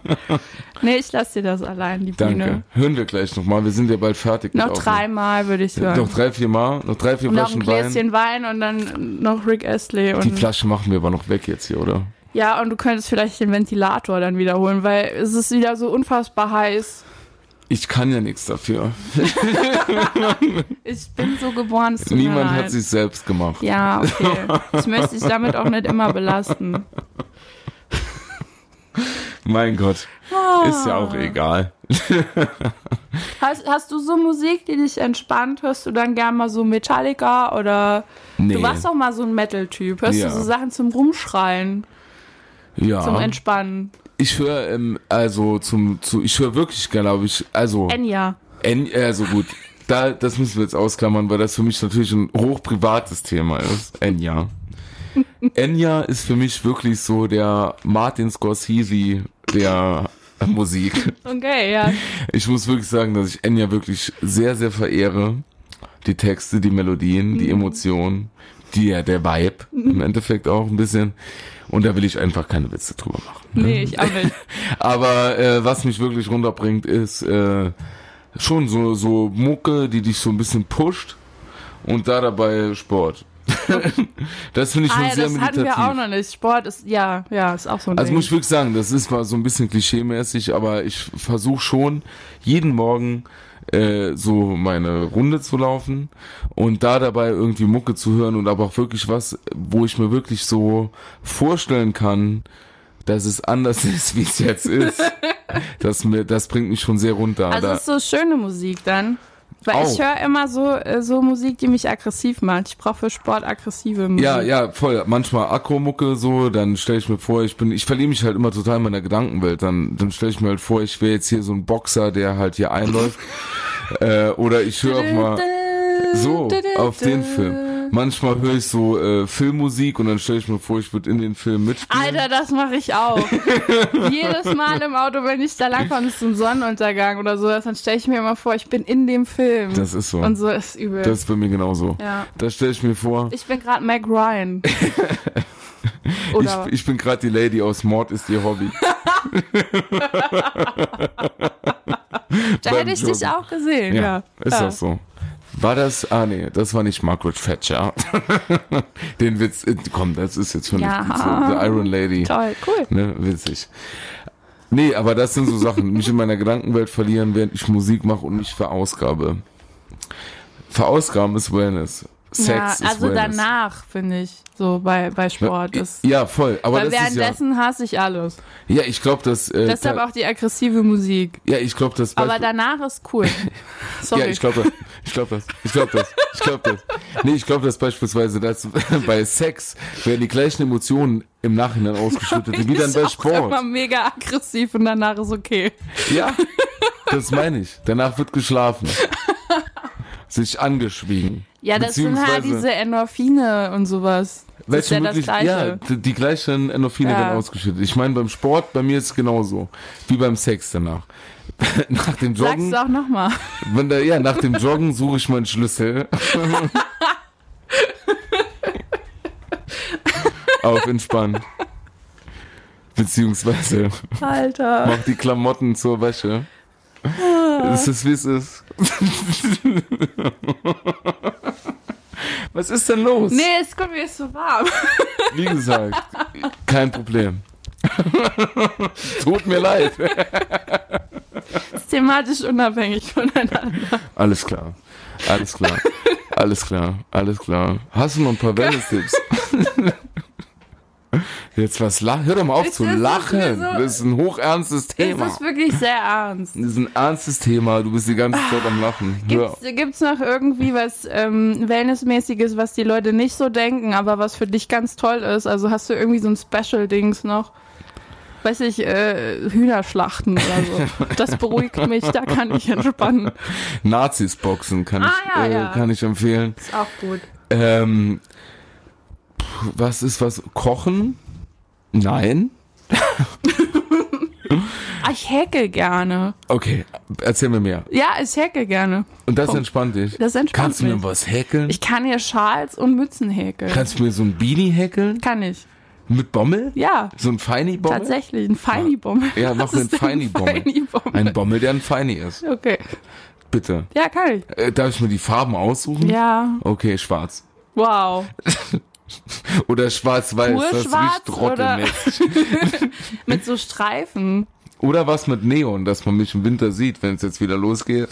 S2: Nee, ich lass dir das allein, die
S1: Danke.
S2: Bühne.
S1: Hören wir gleich nochmal. Wir sind ja bald fertig. mit
S2: Noch
S1: Aufnehmen.
S2: dreimal würde ich hören.
S1: Noch drei, vier Mal, noch drei, vier
S2: und noch ein
S1: Flaschen Wein.
S2: Gläschen Wein. und dann noch Rick Astley.
S1: Die
S2: Und,
S1: Flasche machen wir aber noch weg jetzt hier, oder?
S2: ja, und du könntest vielleicht den Ventilator dann wiederholen, weil es ist wieder so unfassbar heiß.
S1: Ich kann ja nichts dafür.
S2: Ich bin so geboren, es tut mir
S1: Niemand
S2: leid.
S1: hat sich selbst gemacht.
S2: Ja, okay. Ich möchte dich damit auch nicht immer belasten.
S1: Mein Gott,
S2: Ah.
S1: ist ja auch egal.
S2: Hast, hast du so Musik, die dich entspannt? Hörst du dann gern mal so Metallica oder
S1: Nee.
S2: du warst auch mal so ein Metal-Typ? Hörst
S1: Ja. Ah.
S2: du so Sachen zum Rumschreien, zum
S1: ja.
S2: Entspannen?
S1: Ich höre ähm, also zum zu ich höre wirklich glaube ich also
S2: Enya.
S1: En also gut. Da, das müssen wir jetzt ausklammern, weil das für mich natürlich ein hochprivates Thema ist. Enya. Enya ist für mich wirklich so der Martin Scorsese der Musik.
S2: Okay, ja.
S1: Ich muss wirklich sagen, dass ich Enya wirklich sehr, sehr verehre. Die Texte, die Melodien, die Emotionen, die, ja, der Vibe im Endeffekt auch ein bisschen. Und da will ich einfach keine Witze drüber machen.
S2: Nee, ich auch nicht.
S1: Aber äh, was mich wirklich runterbringt, ist äh, schon so, so Mucke, die dich so ein bisschen pusht und da dabei Sport. das finde ich schon
S2: Ah ja,
S1: sehr
S2: das hatten wir auch
S1: meditativ.
S2: noch nicht. Sport ist, ja, ja, ist auch so ein
S1: Also
S2: Ding.
S1: muss ich wirklich sagen, das ist mal so ein bisschen klischeemäßig, aber ich versuche schon jeden Morgen äh, so meine Runde zu laufen und da dabei irgendwie Mucke zu hören und aber auch wirklich was, wo ich mir wirklich so vorstellen kann, dass es anders ist, wie es jetzt ist. Das, mir, das bringt mich schon sehr runter.
S2: Also
S1: da,
S2: ist so schöne Musik dann. Weil ich
S1: Auch.
S2: höre immer so, äh, so Musik, die mich aggressiv macht. Ich brauche für Sport aggressive Musik.
S1: ja, ja, voll. Manchmal Akromucke so, dann stelle ich mir vor, ich bin, ich verliere mich halt immer total in meiner Gedankenwelt. Dann, dann stelle ich mir halt vor, ich wäre jetzt hier so ein Boxer, der halt hier einläuft. äh, oder ich höre auch mal so auf den Film. Manchmal höre ich so äh, Filmmusik und dann stelle ich mir vor, ich würde in den Film mitspielen.
S2: Alter, das mache ich auch. Jedes Mal im Auto, wenn ich da langfahre, ist ein Sonnenuntergang oder sowas, dann stelle ich mir immer vor, ich bin in dem Film.
S1: Das ist so.
S2: Und so ist übel.
S1: Das ist bei mir genauso.
S2: ja.
S1: Das stelle ich mir vor.
S2: Ich bin gerade Mac Ryan. oder
S1: Ich, ich bin gerade die Lady aus Mord ist ihr Hobby.
S2: da hätte ich dich
S1: Joggen.
S2: auch gesehen. Ja,
S1: Ist
S2: ja.
S1: auch so. War das, ah nee, das war nicht Margaret Thatcher. Den Witz, äh, komm, das ist jetzt vernünftig
S2: Ja.
S1: so. The Iron Lady.
S2: Toll, cool.
S1: Ne, witzig. Nee, aber das sind so Sachen. Mich in meiner Gedankenwelt verlieren, während ich Musik mache und mich verausgabe. Verausgaben ist Wellness. Sex
S2: ja, also
S1: ist Wellness. Ne?
S2: danach, finde ich, so bei, bei Sport ist.
S1: ja, voll. Aber
S2: Weil
S1: das ist ja,
S2: währenddessen hasse ich alles.
S1: ja, ich glaube, dass, äh,
S2: Deshalb
S1: da-
S2: auch die aggressive Musik.
S1: ja, ich glaube, dass
S2: Aber
S1: Beispiel-
S2: danach ist cool. Sorry.
S1: Ja, ich glaube das. Ich glaube das. Ich glaube das. Ich glaube das. Nee, ich glaube das beispielsweise, dass bei Sex werden die gleichen Emotionen im Nachhinein ausgeschüttet, wie dann
S2: Ist
S1: bei
S2: auch Immer
S1: Sport.
S2: mega aggressiv und danach ist okay.
S1: Ja, das meine ich. Danach wird geschlafen. Sich angeschwiegen.
S2: Ja, das sind halt
S1: Beziehungsweise-
S2: diese Endorphine und sowas. Das ist
S1: Welche
S2: ja das
S1: möglich-
S2: Gleiche.
S1: Ja, die, die gleichen Endorphine
S2: Ja.
S1: werden ausgeschüttet. Ich meine, beim Sport, bei mir ist es genauso. Wie beim Sex danach. Nach dem
S2: Sag's
S1: Joggen,
S2: auch nochmal.
S1: wenn da, ja, nach dem Joggen suche ich meinen Schlüssel. Auf entspannt. Beziehungsweise
S2: Alter.
S1: mach die Klamotten zur Wäsche. Es ist, wie es ist. Was ist denn los?
S2: Nee, ist gut, mir ist so warm.
S1: Wie gesagt, kein Problem. Tut mir leid.
S2: Ist thematisch unabhängig voneinander.
S1: Alles klar. Alles klar. Alles klar. Alles klar. Hast du noch ein paar Wellness-Tipps? Jetzt was lachen. Hör doch mal auf
S2: Ist
S1: zu
S2: das nicht
S1: lachen.
S2: mehr so-
S1: Das ist ein hochernstes
S2: Es
S1: Thema.
S2: ist wirklich sehr ernst.
S1: Das ist ein ernstes Thema. Du bist die ganze Zeit am Lachen. Hör.
S2: Ah, Gibt's, gibt's noch irgendwie was ähm, Wellnessmäßiges, was die Leute nicht so denken, aber was für dich ganz toll ist? Also hast du irgendwie so ein Special-Dings noch? Weiß ich, äh, Hühnerschlachten oder so. Das beruhigt mich, da kann ich entspannen.
S1: Nazis boxen kann,
S2: Ah,
S1: ich,
S2: ja,
S1: äh,
S2: ja.
S1: kann ich empfehlen.
S2: Ist auch gut.
S1: Ähm, pf, was ist was? Kochen? Nein.
S2: Ah, ich hacke gerne.
S1: Okay, erzähl mir mehr.
S2: Ja, ich hacke gerne.
S1: Und das entspannt dich.
S2: Das entspannt
S1: Kannst du mir
S2: mich.
S1: was häkeln?
S2: Ich kann hier Schals und Mützen häkeln.
S1: Kannst du mir so ein Beanie häkeln?
S2: kann ich.
S1: Mit Bommel?
S2: Ja,
S1: So ein Feini-Bommel?
S2: tatsächlich. Ein Feini-Bommel.
S1: Ja, mach
S2: Was
S1: mir
S2: ist
S1: einen
S2: denn
S1: Feini-Bommel.
S2: Feini-Bommel?
S1: Ein Bommel, der ein Feini ist.
S2: Okay.
S1: Bitte.
S2: Ja, kann ich.
S1: Äh, darf ich mir die Farben aussuchen?
S2: Ja,
S1: Okay, schwarz.
S2: wow.
S1: Oder schwarz-weiß.
S2: Pur
S1: Das
S2: schwarz
S1: riecht trottelmäßig.
S2: Mit so Streifen.
S1: Oder was mit Neon, dass man mich im Winter sieht, wenn es jetzt wieder losgeht.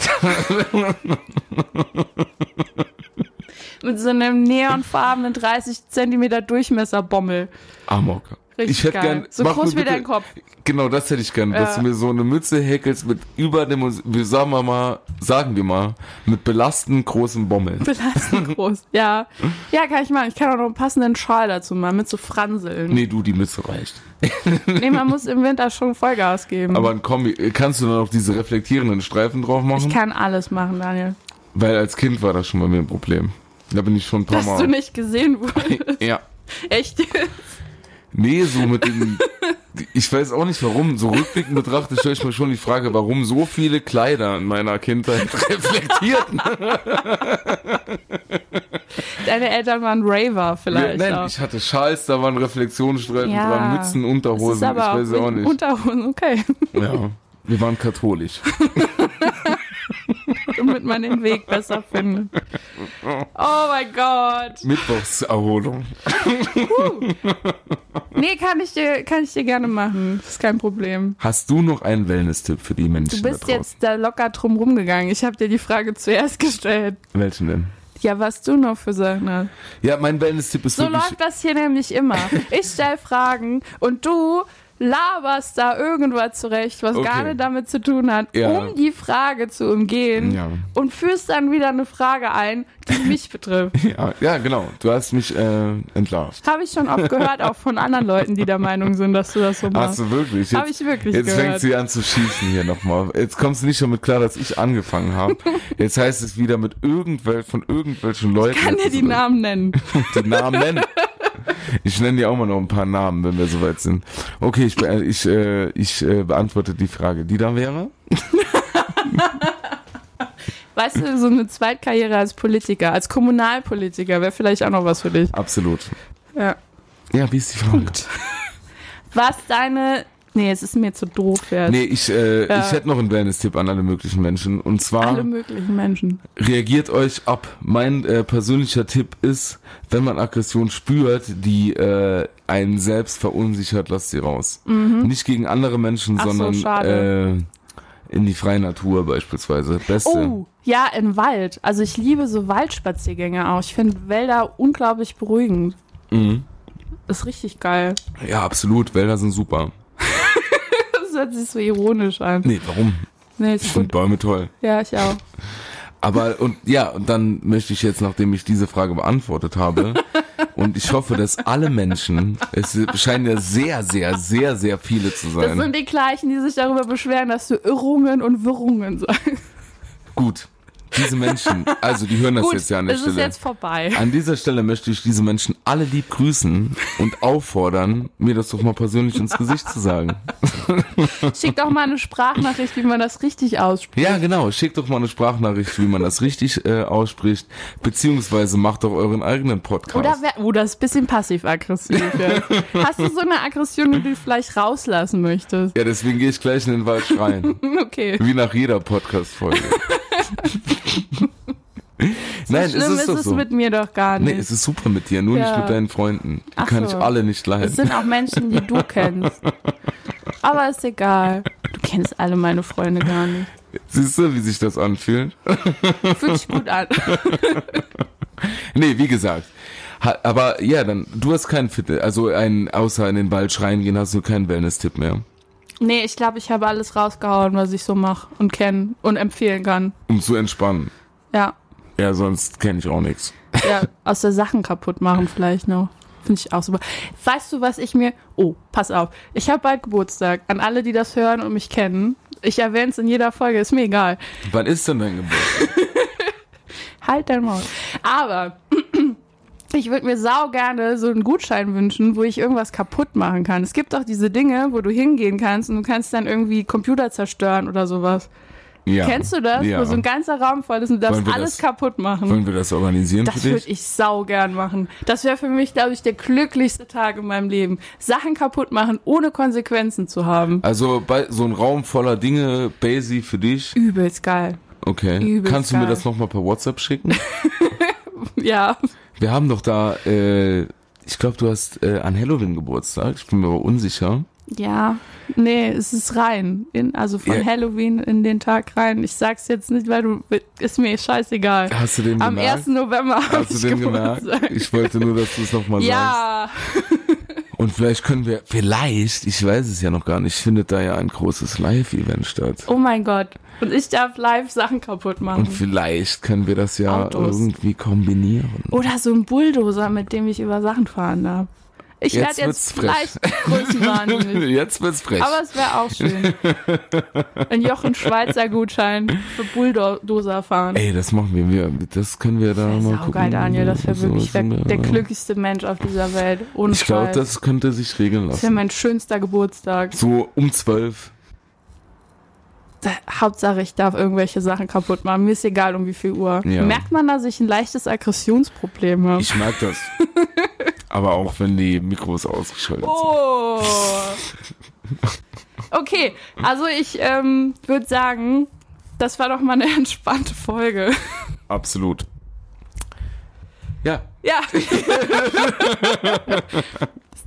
S2: Mit so einem neonfarbenen 30 Zentimeter Durchmesser-Bommel.
S1: Amok.
S2: Richtig
S1: Ich hätte
S2: geil.
S1: gern-
S2: so
S1: mach
S2: groß
S1: mir
S2: wie
S1: bitte-
S2: dein Kopf.
S1: Genau, das hätte ich gern, dass
S2: Ja.
S1: du mir so eine Mütze häkelst mit über dem, Mus- wir sagen wir mal, sagen wir mal, mit belastend großen Bommeln.
S2: Belastend groß. Ja. Ja, kann ich machen. Ich kann auch noch einen passenden Schal dazu machen, mit so Franseln. Nee,
S1: Nee, du, die Mütze reicht.
S2: man muss im Winter schon Vollgas geben.
S1: Aber ein Kombi, kannst du dann auch diese reflektierenden Streifen drauf machen?
S2: ich kann alles machen, Daniel.
S1: Weil als Kind war das schon bei mir ein Problem. Da bin ich schon ein paar
S2: Dass
S1: Mal.
S2: du nicht gesehen wurdest.
S1: ja.
S2: Echt?
S1: Nee, so mit dem. Ich weiß auch nicht warum. So rückblickend betrachtet stelle ich mir schon die Frage, warum so viele Kleider in meiner Kindheit reflektierten.
S2: Deine Eltern waren Raver vielleicht.
S1: Nein,
S2: auch.
S1: ich hatte Schals, da waren Reflexionsstreifen
S2: Ja.
S1: dran, Mützen,
S2: das ist
S1: Unterhosen. ich
S2: aber
S1: weiß
S2: auch
S1: auch nicht.
S2: Unterhosen, okay.
S1: Ja. Wir waren katholisch.
S2: Damit man den Weg besser findet. Oh mein Gott.
S1: Mittwochserholung.
S2: Nee, kann ich dir, kann ich dir gerne machen. Das ist kein Problem.
S1: Hast du noch einen Wellness-Tipp für die Menschen
S2: Du
S1: da
S2: bist
S1: draußen?
S2: jetzt da locker drum rumgegangen. Ich habe dir die Frage zuerst gestellt.
S1: Welchen denn?
S2: Ja, was du noch für Sachen hast.
S1: Ja, mein Wellness-Tipp ist
S2: So
S1: wirklich.
S2: läuft das hier nämlich immer. Ich stell Fragen und du laberst da irgendwas zurecht, was gar
S1: Okay.
S2: nicht damit zu tun hat,
S1: Ja.
S2: um die Frage zu umgehen
S1: Ja.
S2: und führst dann wieder eine Frage ein, die mich betrifft.
S1: Ja, ja, genau. Du hast mich äh, entlarvt.
S2: Habe ich schon oft gehört, auch von anderen Leuten, die der Meinung sind, dass du das so
S1: Hast
S2: machst.
S1: du wirklich?
S2: Hab ich wirklich
S1: Jetzt
S2: gehört.
S1: fängt sie an zu schießen hier nochmal. Jetzt kommst du nicht damit klar, dass ich angefangen habe. Jetzt heißt es wieder mit irgendwel von irgendwelchen Leuten.
S2: Kann dir die Namen nennen.
S1: Die Namen nennen. Ich nenne dir auch mal noch ein paar Namen, wenn wir soweit sind. Okay, ich, be- ich, äh, ich äh, beantworte die Frage, die da wäre.
S2: Weißt du, so eine Zweitkarriere als Politiker, als Kommunalpolitiker wäre vielleicht auch noch was für dich.
S1: Absolut.
S2: Ja.
S1: Ja, wie ist die Frage?
S2: Was deine. Nee, es ist mir zu doof jetzt.
S1: Nee, ich, äh,
S2: Ja.
S1: ich hätte noch einen Wellness-Tipp an alle möglichen Menschen. Und zwar.
S2: Alle möglichen Menschen.
S1: reagiert euch ab. Mein äh, persönlicher Tipp ist, wenn man Aggression spürt, die äh, einen selbst verunsichert, lasst sie raus. Nicht gegen andere Menschen,
S2: Mhm. Ach so,
S1: sondern äh,
S2: schade.
S1: in die freie Natur beispielsweise. Beste.
S2: Oh, ja, im Wald. Also ich liebe so Waldspaziergänge auch. Ich finde Wälder unglaublich beruhigend.
S1: Mhm.
S2: Ist richtig geil.
S1: Ja, absolut. Wälder sind super.
S2: Das hört sich so ironisch an.
S1: Nee, warum?
S2: Nee, ist
S1: Ich finde
S2: gut.
S1: Bäume toll.
S2: Ja, ich auch.
S1: Aber und ja, und dann möchte ich jetzt, nachdem ich diese Frage beantwortet habe, und ich hoffe, dass alle Menschen, es scheinen ja sehr, sehr, sehr, sehr viele zu sein.
S2: Das sind die gleichen, die sich darüber beschweren, dass du Irrungen und Wirrungen sagst.
S1: Gut, diese Menschen, also die hören das
S2: Gut,
S1: jetzt ja an der
S2: es ist
S1: Stelle.
S2: jetzt vorbei.
S1: an dieser Stelle möchte ich diese Menschen alle lieb grüßen und auffordern, mir das doch mal persönlich ins Gesicht zu sagen.
S2: Schick doch mal eine Sprachnachricht, wie man das richtig ausspricht.
S1: Ja, genau, schickt doch mal eine Sprachnachricht, wie man das richtig äh, ausspricht, beziehungsweise macht doch euren eigenen Podcast.
S2: Oder wer, oh, das ist ein bisschen passiv-aggressiv. Ja. Hast du so eine Aggression, die du vielleicht rauslassen möchtest?
S1: ja, deswegen gehe ich gleich in den Wald schreien,
S2: Okay.
S1: wie nach jeder Podcast-Folge. Nein, es
S2: Schlimm
S1: ist
S2: ist
S1: doch
S2: es
S1: so.
S2: mit mir doch gar
S1: Nee,
S2: nicht.
S1: es ist super mit dir, nur nicht
S2: Ja.
S1: mit deinen Freunden. Die
S2: Ach
S1: kann
S2: so.
S1: ich alle nicht
S2: Es
S1: leiden.
S2: sind auch Menschen, die du kennst. Aber ist egal. Du kennst alle meine Freunde gar nicht.
S1: Siehst du, wie sich das anfühlt?
S2: Fühlt sich gut an.
S1: Nee, wie gesagt. Ha, aber ja, dann, du hast keinen Fit, also ein, außer in den Wald schreien gehen, hast du keinen Wellness-Tipp mehr.
S2: Nee, ich glaube, ich habe alles rausgehauen, was ich so mache und kenne und empfehlen kann.
S1: Um zu entspannen.
S2: Ja.
S1: Ja, sonst kenne ich auch nichts.
S2: ja. Aus der Sachen kaputt machen vielleicht noch. Finde ich auch super. Weißt du, was ich mir. Oh, pass auf. Ich habe bald Geburtstag. An alle, die das hören und mich kennen. Ich erwähne es in jeder Folge, ist mir egal.
S1: Wann ist denn dein Geburtstag?
S2: Halt dein Maul. Aber ich würde mir sau gerne so einen Gutschein wünschen, wo ich irgendwas kaputt machen kann. Es gibt doch diese Dinge, wo du hingehen kannst und du kannst dann irgendwie Computer zerstören oder sowas.
S1: Ja.
S2: Kennst du das?
S1: Ja.
S2: Wo so ein ganzer Raum voll ist und du
S1: Wollen
S2: darfst
S1: wir
S2: alles
S1: das-
S2: kaputt machen.
S1: Wollen wir das organisieren
S2: das
S1: für
S2: würde
S1: dich?
S2: ich sau gern machen. Das wäre für mich, glaube ich, der glücklichste Tag in meinem Leben. Sachen kaputt machen, ohne Konsequenzen zu haben.
S1: Also bei so ein Raum voller Dinge, Basie für dich.
S2: Übelst geil.
S1: Okay.
S2: Übelst
S1: Kannst du mir
S2: geil.
S1: das nochmal per WhatsApp schicken?
S2: Ja.
S1: Wir haben doch da, äh, ich glaube, du hast äh, an Halloween Geburtstag. Ich bin mir aber unsicher.
S2: Ja, nee, es ist rein. In, also von
S1: Ja.
S2: Halloween in den Tag rein. Ich sag's jetzt nicht, weil du. Ist mir scheißegal.
S1: Hast du den
S2: Am
S1: gemerkt?
S2: 1. November hab
S1: hast du
S2: ich
S1: den gemerkt?
S2: Geburtstag.
S1: Ich wollte nur, dass du es nochmal sagst.
S2: Ja,
S1: Und vielleicht können wir, vielleicht, ich weiß es ja noch gar nicht, findet da ja ein großes Live-Event statt.
S2: Oh mein Gott. Und ich darf live Sachen kaputt machen.
S1: Und vielleicht können wir das ja
S2: Oh. Autos.
S1: irgendwie kombinieren.
S2: Oder so ein Bulldozer, mit dem ich über Sachen fahren darf. Ich
S1: Jetzt
S2: werde jetzt
S1: wird's
S2: vielleicht größenwahnsinnig.
S1: Jetzt wird's frech.
S2: Aber es wäre auch schön. Ein Jochen Schweizer Gutschein für Bulldozer fahren.
S1: Ey, das machen wir. wir das können wir da
S2: Das
S1: mal
S2: ist
S1: gucken.
S2: auch geil, Daniel. Das wäre
S1: So,
S2: wirklich der,
S1: sind wir-
S2: der glücklichste Mensch auf dieser Welt. Ohne
S1: Ich glaube,
S2: Scheiß.
S1: das könnte sich regeln
S2: Das wäre
S1: lassen.
S2: mein schönster Geburtstag.
S1: So um zwölf.
S2: Da, Hauptsache, ich darf irgendwelche Sachen kaputt machen. Mir ist egal, um wie viel Uhr.
S1: Ja.
S2: Merkt man, dass ich ein leichtes Aggressionsproblem habe?
S1: Ich mag das. Aber auch wenn die Mikros ausgeschaltet
S2: Oh. Okay, also ich ähm, würde sagen, das war doch mal eine entspannte Folge.
S1: sind. Absolut. Ja.
S2: Ja. ist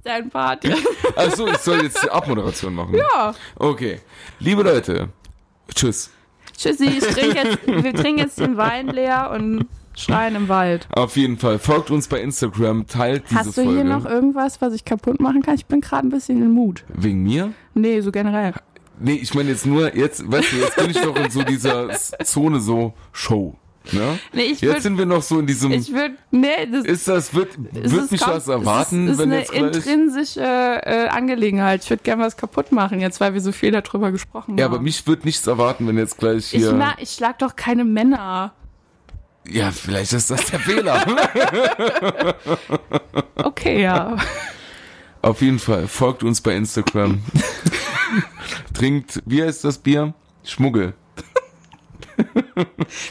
S2: dein Part.
S1: Achso, also ich soll jetzt die Abmoderation machen.
S2: Ja.
S1: Okay. Liebe Leute, tschüss.
S2: Tschüssi, ich trink jetzt, wir trinken jetzt den Wein leer und schreien im Wald.
S1: Auf jeden Fall. Folgt uns bei Instagram, teilt diese
S2: Hast du
S1: Folge.
S2: hier noch irgendwas, was ich kaputt machen kann? Ich bin gerade ein bisschen in Mut.
S1: Wegen mir?
S2: Nee, so generell.
S1: Nee, ich meine jetzt nur, jetzt, weißt du, jetzt bin ich doch in so dieser S- Zone so Show. Ne?
S2: Nee, ich
S1: Jetzt
S2: würd-
S1: sind wir noch so in diesem.
S2: Ich würde, nee, das
S1: ist das, wird,
S2: es
S1: wird
S2: ist
S1: mich
S2: kaum-
S1: was erwarten,
S2: es ist, es ist
S1: wenn
S2: eine
S1: jetzt gleich.
S2: intrinsische äh, Angelegenheit. Ich würde gerne was kaputt machen, jetzt weil wir so viel darüber gesprochen
S1: Ja,
S2: haben.
S1: aber mich wird nichts erwarten, wenn jetzt gleich
S2: ich,
S1: hier.
S2: ma, ich schlag doch keine Männer.
S1: ja, vielleicht ist das der Fehler.
S2: Okay, ja.
S1: Auf jeden Fall, folgt uns bei Instagram. Trinkt, wie heißt das Bier? Schmuggel.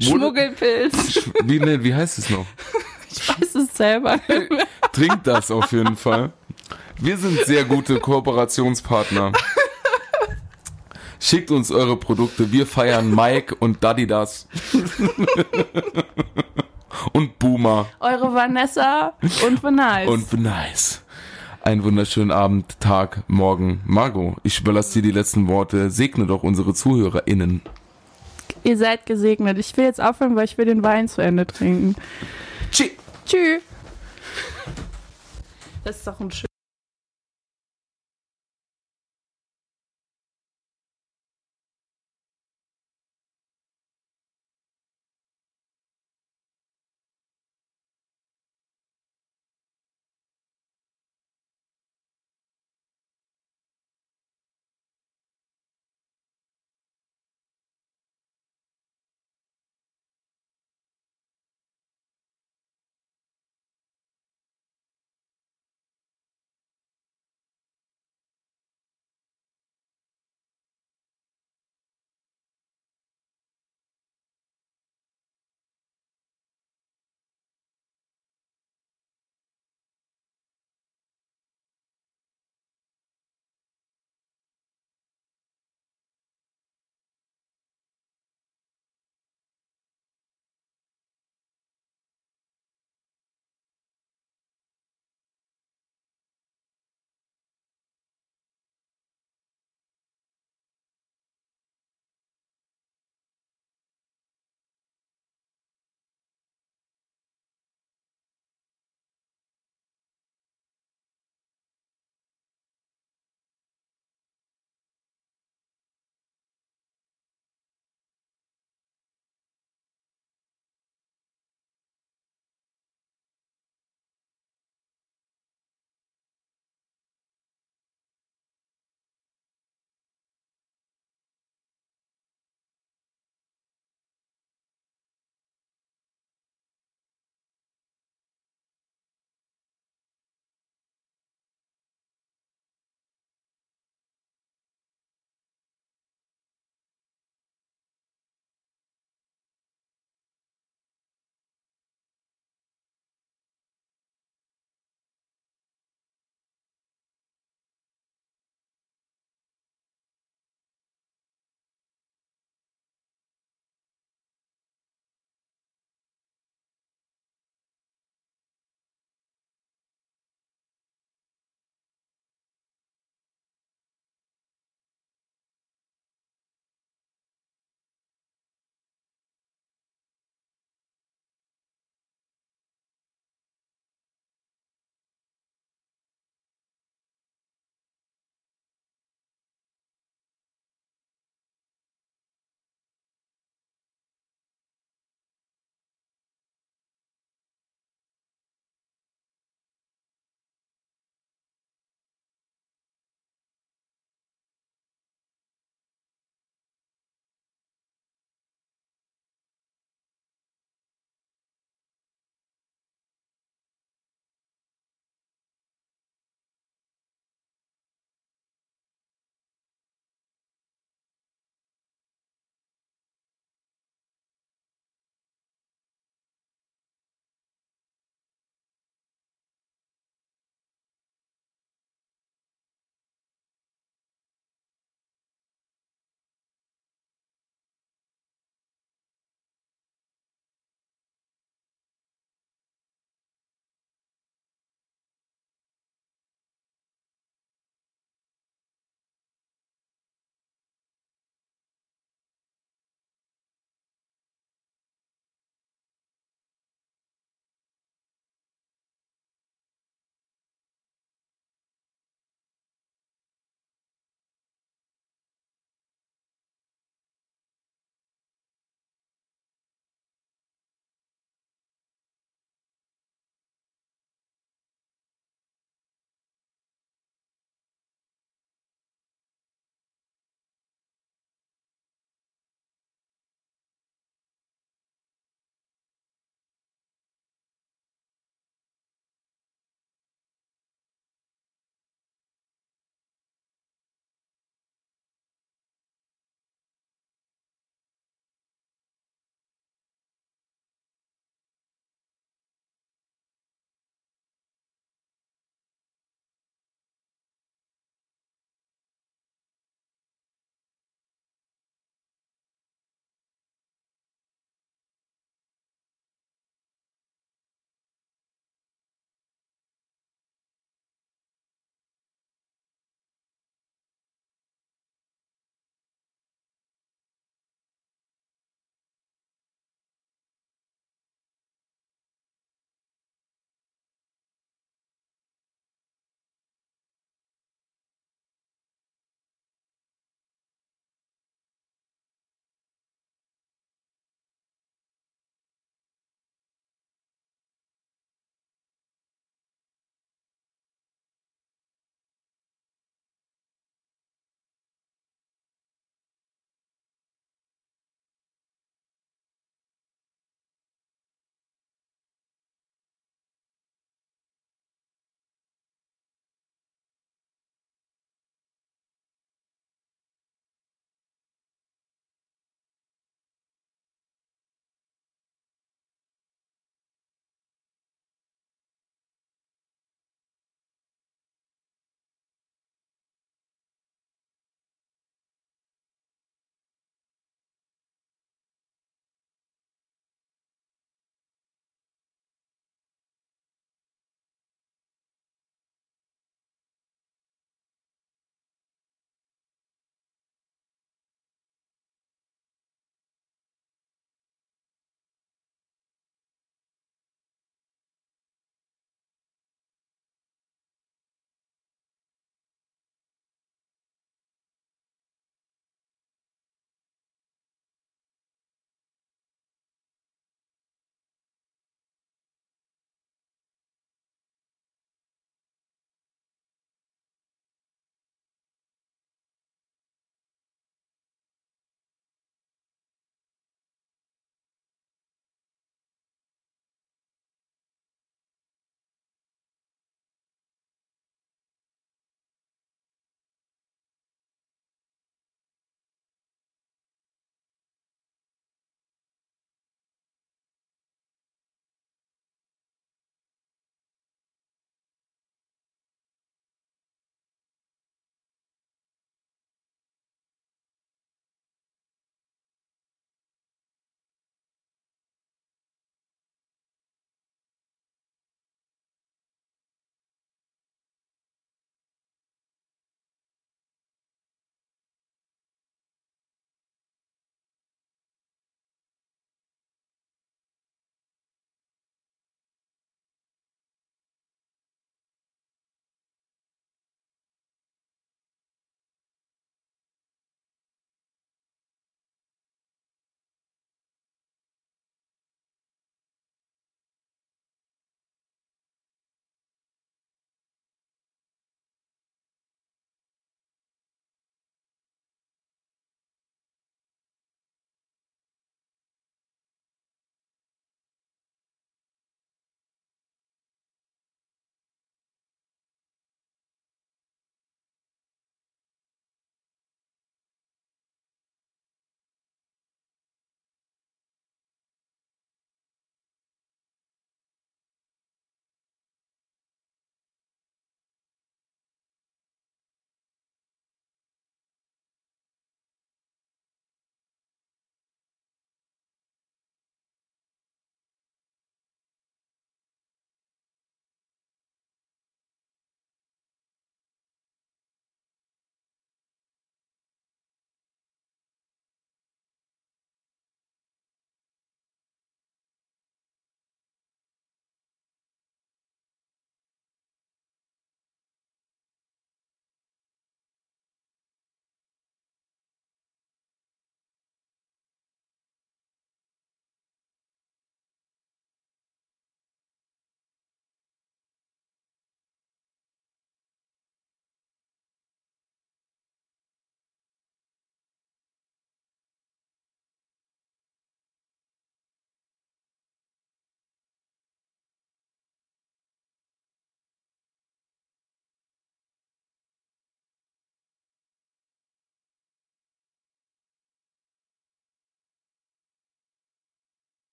S2: Schmuggelpilz.
S1: Sch- Wie, ne, wie heißt es noch?
S2: Ich weiß es selber.
S1: Trinkt das auf jeden Fall. Wir sind sehr gute Kooperationspartner. Schickt uns eure Produkte. Wir feiern Mike und Daddy das. und Boomer
S2: Eure Vanessa und Benice.
S1: und Nice. Einen wunderschönen Abend, Tag, Morgen. Margot, ich überlasse dir die letzten Worte. Segne doch unsere ZuhörerInnen.
S2: Ihr seid gesegnet. Ich will jetzt aufhören, weil ich will den Wein zu Ende trinken.
S1: Tschüss.
S2: Tschüss. Das ist doch ein schönes.